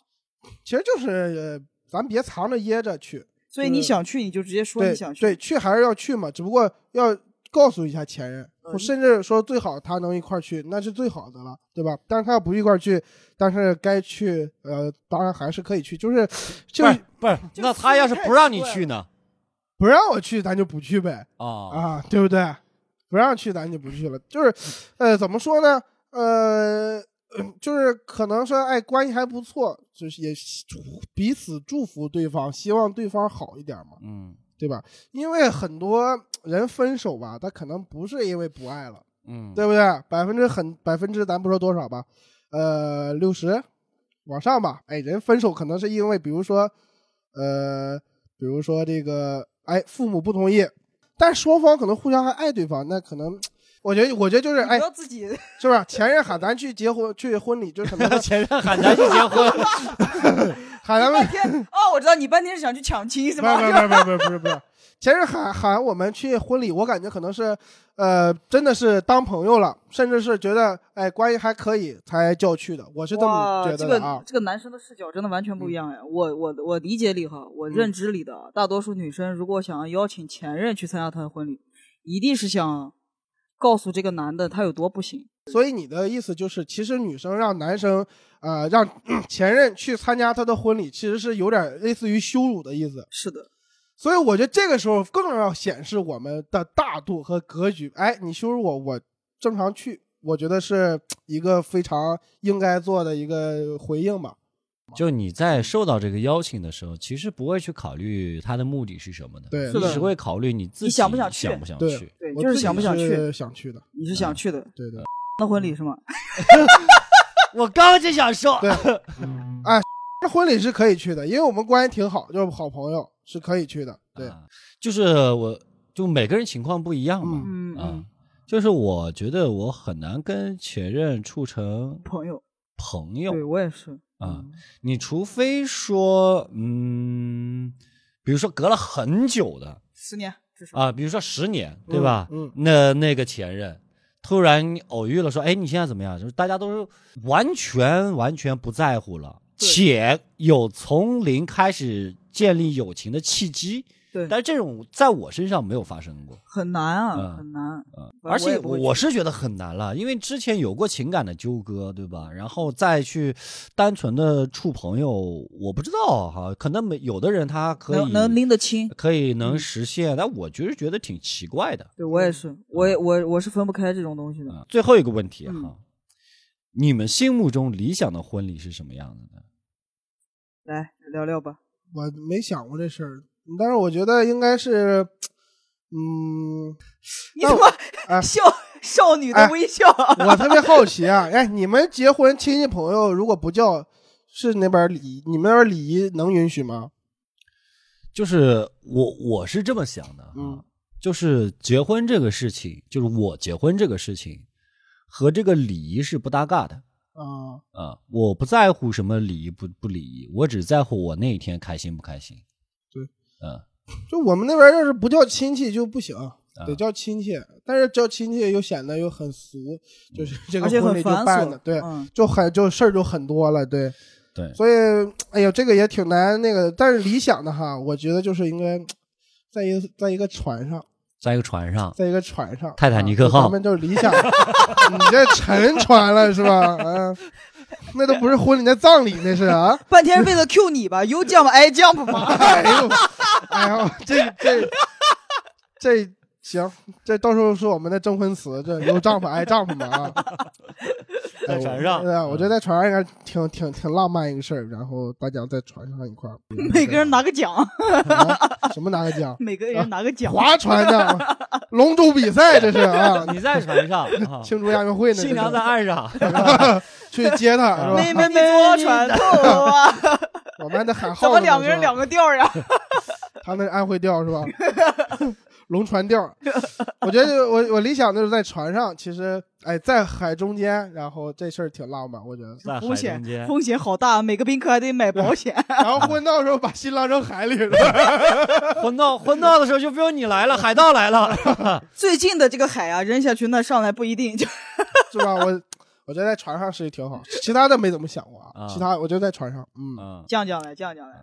[SPEAKER 2] 其实就是呃咱别藏着掖着去，
[SPEAKER 3] 所以
[SPEAKER 2] 就是
[SPEAKER 3] 你想去你就直接说
[SPEAKER 2] 对
[SPEAKER 3] 你想去，
[SPEAKER 2] 对，去还是要去嘛，只不过要告诉一下前任，
[SPEAKER 3] 嗯
[SPEAKER 2] 或甚至说最好他能一块儿去，那是最好的了，对吧？但是他要不一块儿去，但是该去呃，当然还是可以去，就是就
[SPEAKER 1] 不是不是，
[SPEAKER 3] 就
[SPEAKER 1] 那
[SPEAKER 3] 是
[SPEAKER 1] 他要是
[SPEAKER 3] 太
[SPEAKER 1] 不让
[SPEAKER 3] 奇
[SPEAKER 1] 你
[SPEAKER 3] 怪
[SPEAKER 1] 去呢？
[SPEAKER 2] 不让我去，咱就不去呗。
[SPEAKER 1] 啊，
[SPEAKER 2] 啊，对不对？不让去咱就不去了，就是，呃，怎么说呢？呃， 嗯就是可能说，哎，关系还不错，就是也彼此祝福对方，希望对方好一点嘛，
[SPEAKER 1] 嗯
[SPEAKER 2] 对吧？因为很多人分手吧，他可能不是因为不爱了，
[SPEAKER 1] 嗯，
[SPEAKER 2] 对不对？百分之很百分之，咱不说多少吧，呃，六十往上吧。哎，人分手可能是因为，比如说，呃，比如说这个，哎，父母不同意，但双方可能互相还爱对方，那可能，我觉得，我觉得就是，
[SPEAKER 3] 你
[SPEAKER 2] 哎
[SPEAKER 3] 不，要自己
[SPEAKER 2] 是吧？前任喊咱去结婚，去婚礼，就是什么
[SPEAKER 1] 前任喊咱去结婚，
[SPEAKER 2] 喊咱们
[SPEAKER 3] 半天哦，我知道你半天是想去抢亲是
[SPEAKER 2] 不是
[SPEAKER 3] 吗？
[SPEAKER 2] 不是不是不是不是不是，前任喊喊我们去婚礼，我感觉可能是，呃，真的是当朋友了，甚至是觉得哎关系还可以才叫去的，我是这么
[SPEAKER 3] 哇，
[SPEAKER 2] 觉
[SPEAKER 3] 这
[SPEAKER 2] 得
[SPEAKER 3] 个
[SPEAKER 2] 的啊。
[SPEAKER 3] 这个男生的视角真的完全不一样哎！我我我理解里哈，我认知里的、大多数女生，如果想要邀请前任去参加她的婚礼，一定是想告诉这个男的他有多不行。
[SPEAKER 2] 所以你的意思就是，其实女生让男生，呃，让 前任去参加她的婚礼，其实是有点类似于羞辱的意思。
[SPEAKER 3] 是的，
[SPEAKER 2] 所以我觉得这个时候更要显示我们的大度和格局。哎，你羞辱我，我正常去，我觉得是一个非常应该做的一个回应吧。
[SPEAKER 1] 就你在受到这个邀请的时候，其实不会去考虑他的目的是什么的，
[SPEAKER 2] 对
[SPEAKER 1] 你
[SPEAKER 2] 是的
[SPEAKER 1] 只会考虑你自己
[SPEAKER 3] 你想不
[SPEAKER 1] 想
[SPEAKER 3] 想去
[SPEAKER 1] 不想
[SPEAKER 2] 对
[SPEAKER 1] 去。
[SPEAKER 3] 对
[SPEAKER 2] 我
[SPEAKER 3] 就是
[SPEAKER 2] 自己
[SPEAKER 3] 想不想去
[SPEAKER 2] 是想去的，
[SPEAKER 3] 你是想去的、
[SPEAKER 2] 对对
[SPEAKER 3] 那婚礼是 吗？
[SPEAKER 1] 我刚就想说，
[SPEAKER 2] 对。哎，这婚礼是可以去的，因为我们关系挺好，就是好朋友是可以去的。对，
[SPEAKER 1] 啊就是我就每个人情况不一样嘛，
[SPEAKER 3] 嗯
[SPEAKER 1] 啊
[SPEAKER 3] 嗯，，
[SPEAKER 1] 就是我觉得我很难跟前任处成
[SPEAKER 3] 朋友，
[SPEAKER 1] 朋友
[SPEAKER 3] 对我也是。
[SPEAKER 1] 啊，你除非说，嗯，比如说隔了很久的
[SPEAKER 3] 十年至少。
[SPEAKER 1] 啊，比如说十年，对吧？
[SPEAKER 2] 嗯
[SPEAKER 1] 那那个前任突然偶遇了，说，哎，你现在怎么样？就是大家都是完全完全不在乎了，
[SPEAKER 3] 对
[SPEAKER 1] 且有从零开始建立友情的契机。
[SPEAKER 3] 对
[SPEAKER 1] 但是这种在我身上没有发生过。
[SPEAKER 3] 很难啊，
[SPEAKER 1] 嗯
[SPEAKER 3] 很难。反正
[SPEAKER 1] 而
[SPEAKER 3] 我
[SPEAKER 1] 且
[SPEAKER 3] 也不会
[SPEAKER 1] 我是觉得很难了，因为之前有过情感的纠葛，对吧？然后再去单纯的处朋友，我不知道哈，可能没有的人他可以呃
[SPEAKER 3] 能嗯能拎得清，
[SPEAKER 1] 可以能实现，但我就是觉得挺奇怪的。
[SPEAKER 3] 对我也是，我也我我是分不开这种东西的。
[SPEAKER 1] 啊最后一个问题哈，
[SPEAKER 3] 嗯
[SPEAKER 1] 你们心目中理想的婚礼是什么样子的？
[SPEAKER 3] 来聊聊吧，
[SPEAKER 2] 我没想过这事儿，但是我觉得应该是，嗯，
[SPEAKER 3] 你
[SPEAKER 2] 那
[SPEAKER 3] 怎
[SPEAKER 2] 我
[SPEAKER 3] 么
[SPEAKER 2] 哎
[SPEAKER 3] 笑少女的
[SPEAKER 2] 哎
[SPEAKER 3] 微 笑？
[SPEAKER 2] 我特别好奇啊， 哎，你们结婚亲戚朋友如果不叫，是那边礼仪，你们那边礼仪能允许吗？
[SPEAKER 1] 就是我我是这么想的啊，
[SPEAKER 2] 嗯
[SPEAKER 1] 就是结婚这个事情，就是我结婚这个事情和这个礼仪是不搭嘎的。
[SPEAKER 2] 啊，
[SPEAKER 1] 啊，我不在乎什么礼仪不不礼仪，我只在乎我那一天开心不开心。
[SPEAKER 2] 对，
[SPEAKER 1] 嗯，
[SPEAKER 2] 就我们那边要是不叫亲戚就不行，得叫亲戚，但是叫亲戚又显得又很俗，就是这个
[SPEAKER 3] 嗯而且
[SPEAKER 2] 婚
[SPEAKER 3] 很
[SPEAKER 2] 礼就
[SPEAKER 3] 繁
[SPEAKER 2] 办
[SPEAKER 3] 琐
[SPEAKER 2] 的，，对，
[SPEAKER 3] 嗯，
[SPEAKER 2] 就很就事儿就很多了，对，
[SPEAKER 1] 对，
[SPEAKER 2] 所以哎呀，这个也挺难那个，但是理想的哈，我觉得就是应该在一个在一个船上。
[SPEAKER 1] 在一个船上，
[SPEAKER 2] 在一个船上，
[SPEAKER 1] 泰坦尼克号
[SPEAKER 2] 啊咱们就是理想。你这沉船了是吧？嗯，那都不是婚礼，那葬礼那是啊。
[SPEAKER 3] 半天是为了 Q 你吧，You jump I jump 吧。
[SPEAKER 2] 哎呦，哎呦，这这这行，这到时候是我们的征婚词，这有丈夫挨丈夫嘛啊。
[SPEAKER 1] 在船上嗯
[SPEAKER 2] 对啊，我觉得在船上应该挺挺挺浪漫一个事儿，然后大家在船上一块儿，
[SPEAKER 3] 每个人拿个奖，？
[SPEAKER 2] 啊什么拿个奖
[SPEAKER 3] 每个人拿个奖。
[SPEAKER 2] 划船的龙舟比赛这是啊，
[SPEAKER 1] 你在船上，啊
[SPEAKER 2] 庆祝亚运会呢。
[SPEAKER 1] 新娘在岸上，。
[SPEAKER 2] 去接他是吧？
[SPEAKER 3] 妹妹妹，坐船 头啊！
[SPEAKER 2] 我们还得喊号
[SPEAKER 3] 怎
[SPEAKER 2] 呢。
[SPEAKER 3] 么两个人
[SPEAKER 2] 是吧
[SPEAKER 3] 两个调儿啊？
[SPEAKER 2] 他那是安徽调是吧？ 龙船调，我觉得我我理想就是在船上，其实哎，在海中间，然后这事儿挺浪漫，我觉 得
[SPEAKER 1] 在海
[SPEAKER 3] 风
[SPEAKER 1] 中
[SPEAKER 3] 险
[SPEAKER 1] 间，
[SPEAKER 3] 风险好大，每个宾客还得买保险。
[SPEAKER 2] 然后婚闹的时候把新郎扔海里了，
[SPEAKER 1] 婚闹婚闹的时候就不用你来了，海盗来 了。
[SPEAKER 3] 最近的这个海啊，扔下去那上来不一定就。
[SPEAKER 2] 是吧？我我觉得在船上是挺好，其他的没怎么想过
[SPEAKER 1] 啊
[SPEAKER 2] 啊。其他我就在船上，嗯，
[SPEAKER 1] 嗯，
[SPEAKER 3] 这样讲来，这样讲来。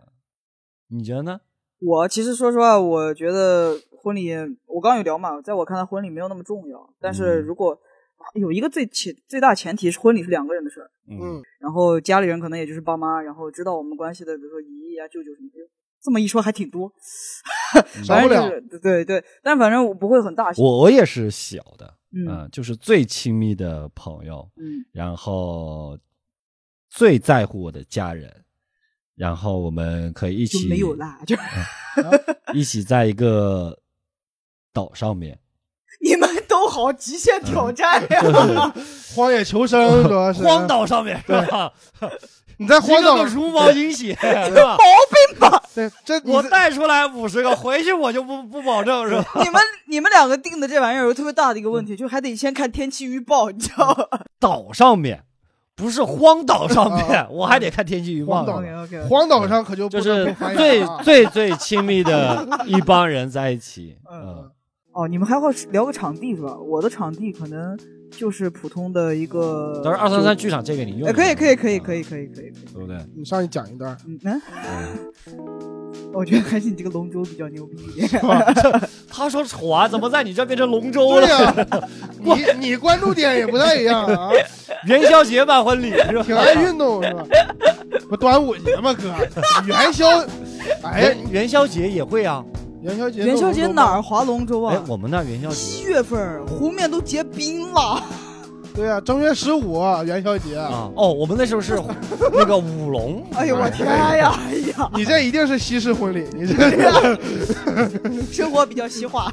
[SPEAKER 1] 你觉得呢？
[SPEAKER 3] 我其实说实话，我觉得婚礼，我刚刚有聊嘛，在我看来，婚礼没有那么重要。但是
[SPEAKER 1] 嗯
[SPEAKER 3] 如果啊有一个最前最大前提是婚礼是两个人的事儿，
[SPEAKER 2] 嗯
[SPEAKER 3] 然后家里人可能也就是爸妈，然后知道我们关系的，比如说姨呀、舅舅什么的。这么一说还挺多，
[SPEAKER 2] 少
[SPEAKER 3] 反
[SPEAKER 2] 不
[SPEAKER 3] 正
[SPEAKER 2] 了
[SPEAKER 3] 就是对对，但反正我不会很大型。
[SPEAKER 1] 我我也是小的，
[SPEAKER 3] 嗯
[SPEAKER 1] 嗯，就是最亲密的朋友，
[SPEAKER 3] 嗯，
[SPEAKER 1] 然后最在乎我的家人，然后我们可以一
[SPEAKER 3] 就
[SPEAKER 1] 起
[SPEAKER 3] 没有啦，就是
[SPEAKER 1] 一起在一个岛上面，
[SPEAKER 3] 你们都好极
[SPEAKER 1] 嗯
[SPEAKER 3] 限挑战呀、
[SPEAKER 2] 荒野求生主要是
[SPEAKER 1] 荒，岛上面是 吧？
[SPEAKER 2] 你在荒岛
[SPEAKER 1] 一个个茹毛饮 血是吧？
[SPEAKER 2] 对这你
[SPEAKER 1] 我
[SPEAKER 2] 在
[SPEAKER 1] 带出来五十个，回去我就不不保证 是吧？嗯
[SPEAKER 3] 你们你们两个定的这玩意儿有特别大的一个问题，就还得先看天气预报，你知道吗？
[SPEAKER 1] 岛上面不是荒岛上面，我还得看天气预报
[SPEAKER 2] 啊荒岛
[SPEAKER 1] 呢。
[SPEAKER 3] OK OK，
[SPEAKER 2] 荒岛上可就不
[SPEAKER 1] 就是
[SPEAKER 2] 能不发言
[SPEAKER 1] 最
[SPEAKER 2] 了啊
[SPEAKER 1] 最最亲密的一帮人在一 起，嗯
[SPEAKER 3] 嗯，哦，你们还会聊个场地是吧？我的场地可能就是普通的一个，
[SPEAKER 1] 但是二三三剧场这个你用
[SPEAKER 3] 哎，
[SPEAKER 1] 得
[SPEAKER 3] 可以
[SPEAKER 1] 上
[SPEAKER 3] 可以可以可，以
[SPEAKER 1] 嗯
[SPEAKER 3] 可以可以，可以
[SPEAKER 1] 对不对？
[SPEAKER 2] 你上去讲一段，
[SPEAKER 3] 嗯嗯，我觉得还是你这个龙舟比较牛逼一点。
[SPEAKER 1] 他说船怎么在你这变成龙舟
[SPEAKER 2] 对
[SPEAKER 1] 了？
[SPEAKER 2] 呀、你你关注点也不太一样啊，
[SPEAKER 1] 元宵节办婚 礼是吧？
[SPEAKER 2] 挺爱运动是吧？不端午节吗，哥？元宵， 哎呀，
[SPEAKER 1] 元元宵节也会啊，
[SPEAKER 2] 元宵节，
[SPEAKER 3] 元宵节哪儿？划龙舟
[SPEAKER 1] 哎
[SPEAKER 3] 啊，？
[SPEAKER 1] 我们那元宵
[SPEAKER 3] 七
[SPEAKER 1] 节
[SPEAKER 3] 月份儿湖面都结冰了，
[SPEAKER 2] 对呀、正月十五元宵节，
[SPEAKER 1] 啊，哦，我们那时 候是那个舞龙，
[SPEAKER 3] 哎呦我天呀！哎呀，
[SPEAKER 2] 你这一定是西式婚礼， 你这
[SPEAKER 3] 生活比较西化。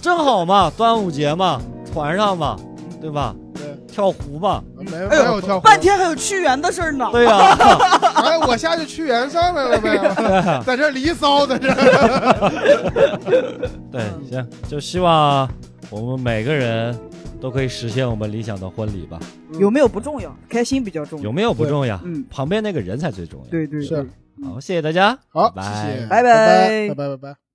[SPEAKER 1] 正好嘛，端午节嘛，船上嘛，对吧？
[SPEAKER 2] 对
[SPEAKER 1] 跳湖嘛，
[SPEAKER 2] 没
[SPEAKER 3] 哎
[SPEAKER 2] 没
[SPEAKER 3] 呦
[SPEAKER 2] 有跳火。
[SPEAKER 3] 半天还有屈原的事儿呢。
[SPEAKER 1] 对呀、
[SPEAKER 2] 哎，我下去屈原上来 了呗，在这儿离骚，在这儿
[SPEAKER 1] 对，行，就希望我们每个人都可以实现我们理想的婚礼吧。
[SPEAKER 3] 有没有不重要，开心比较重
[SPEAKER 1] 有
[SPEAKER 3] 要。
[SPEAKER 1] 没有不重要，
[SPEAKER 3] 嗯，
[SPEAKER 1] 旁边那个人才最重要。
[SPEAKER 3] 对对
[SPEAKER 2] 是
[SPEAKER 3] 对，
[SPEAKER 1] 好，谢谢大家，
[SPEAKER 2] 好，
[SPEAKER 1] 拜拜
[SPEAKER 2] 谢谢，
[SPEAKER 3] 拜
[SPEAKER 2] 拜
[SPEAKER 3] 拜
[SPEAKER 2] 拜拜拜拜。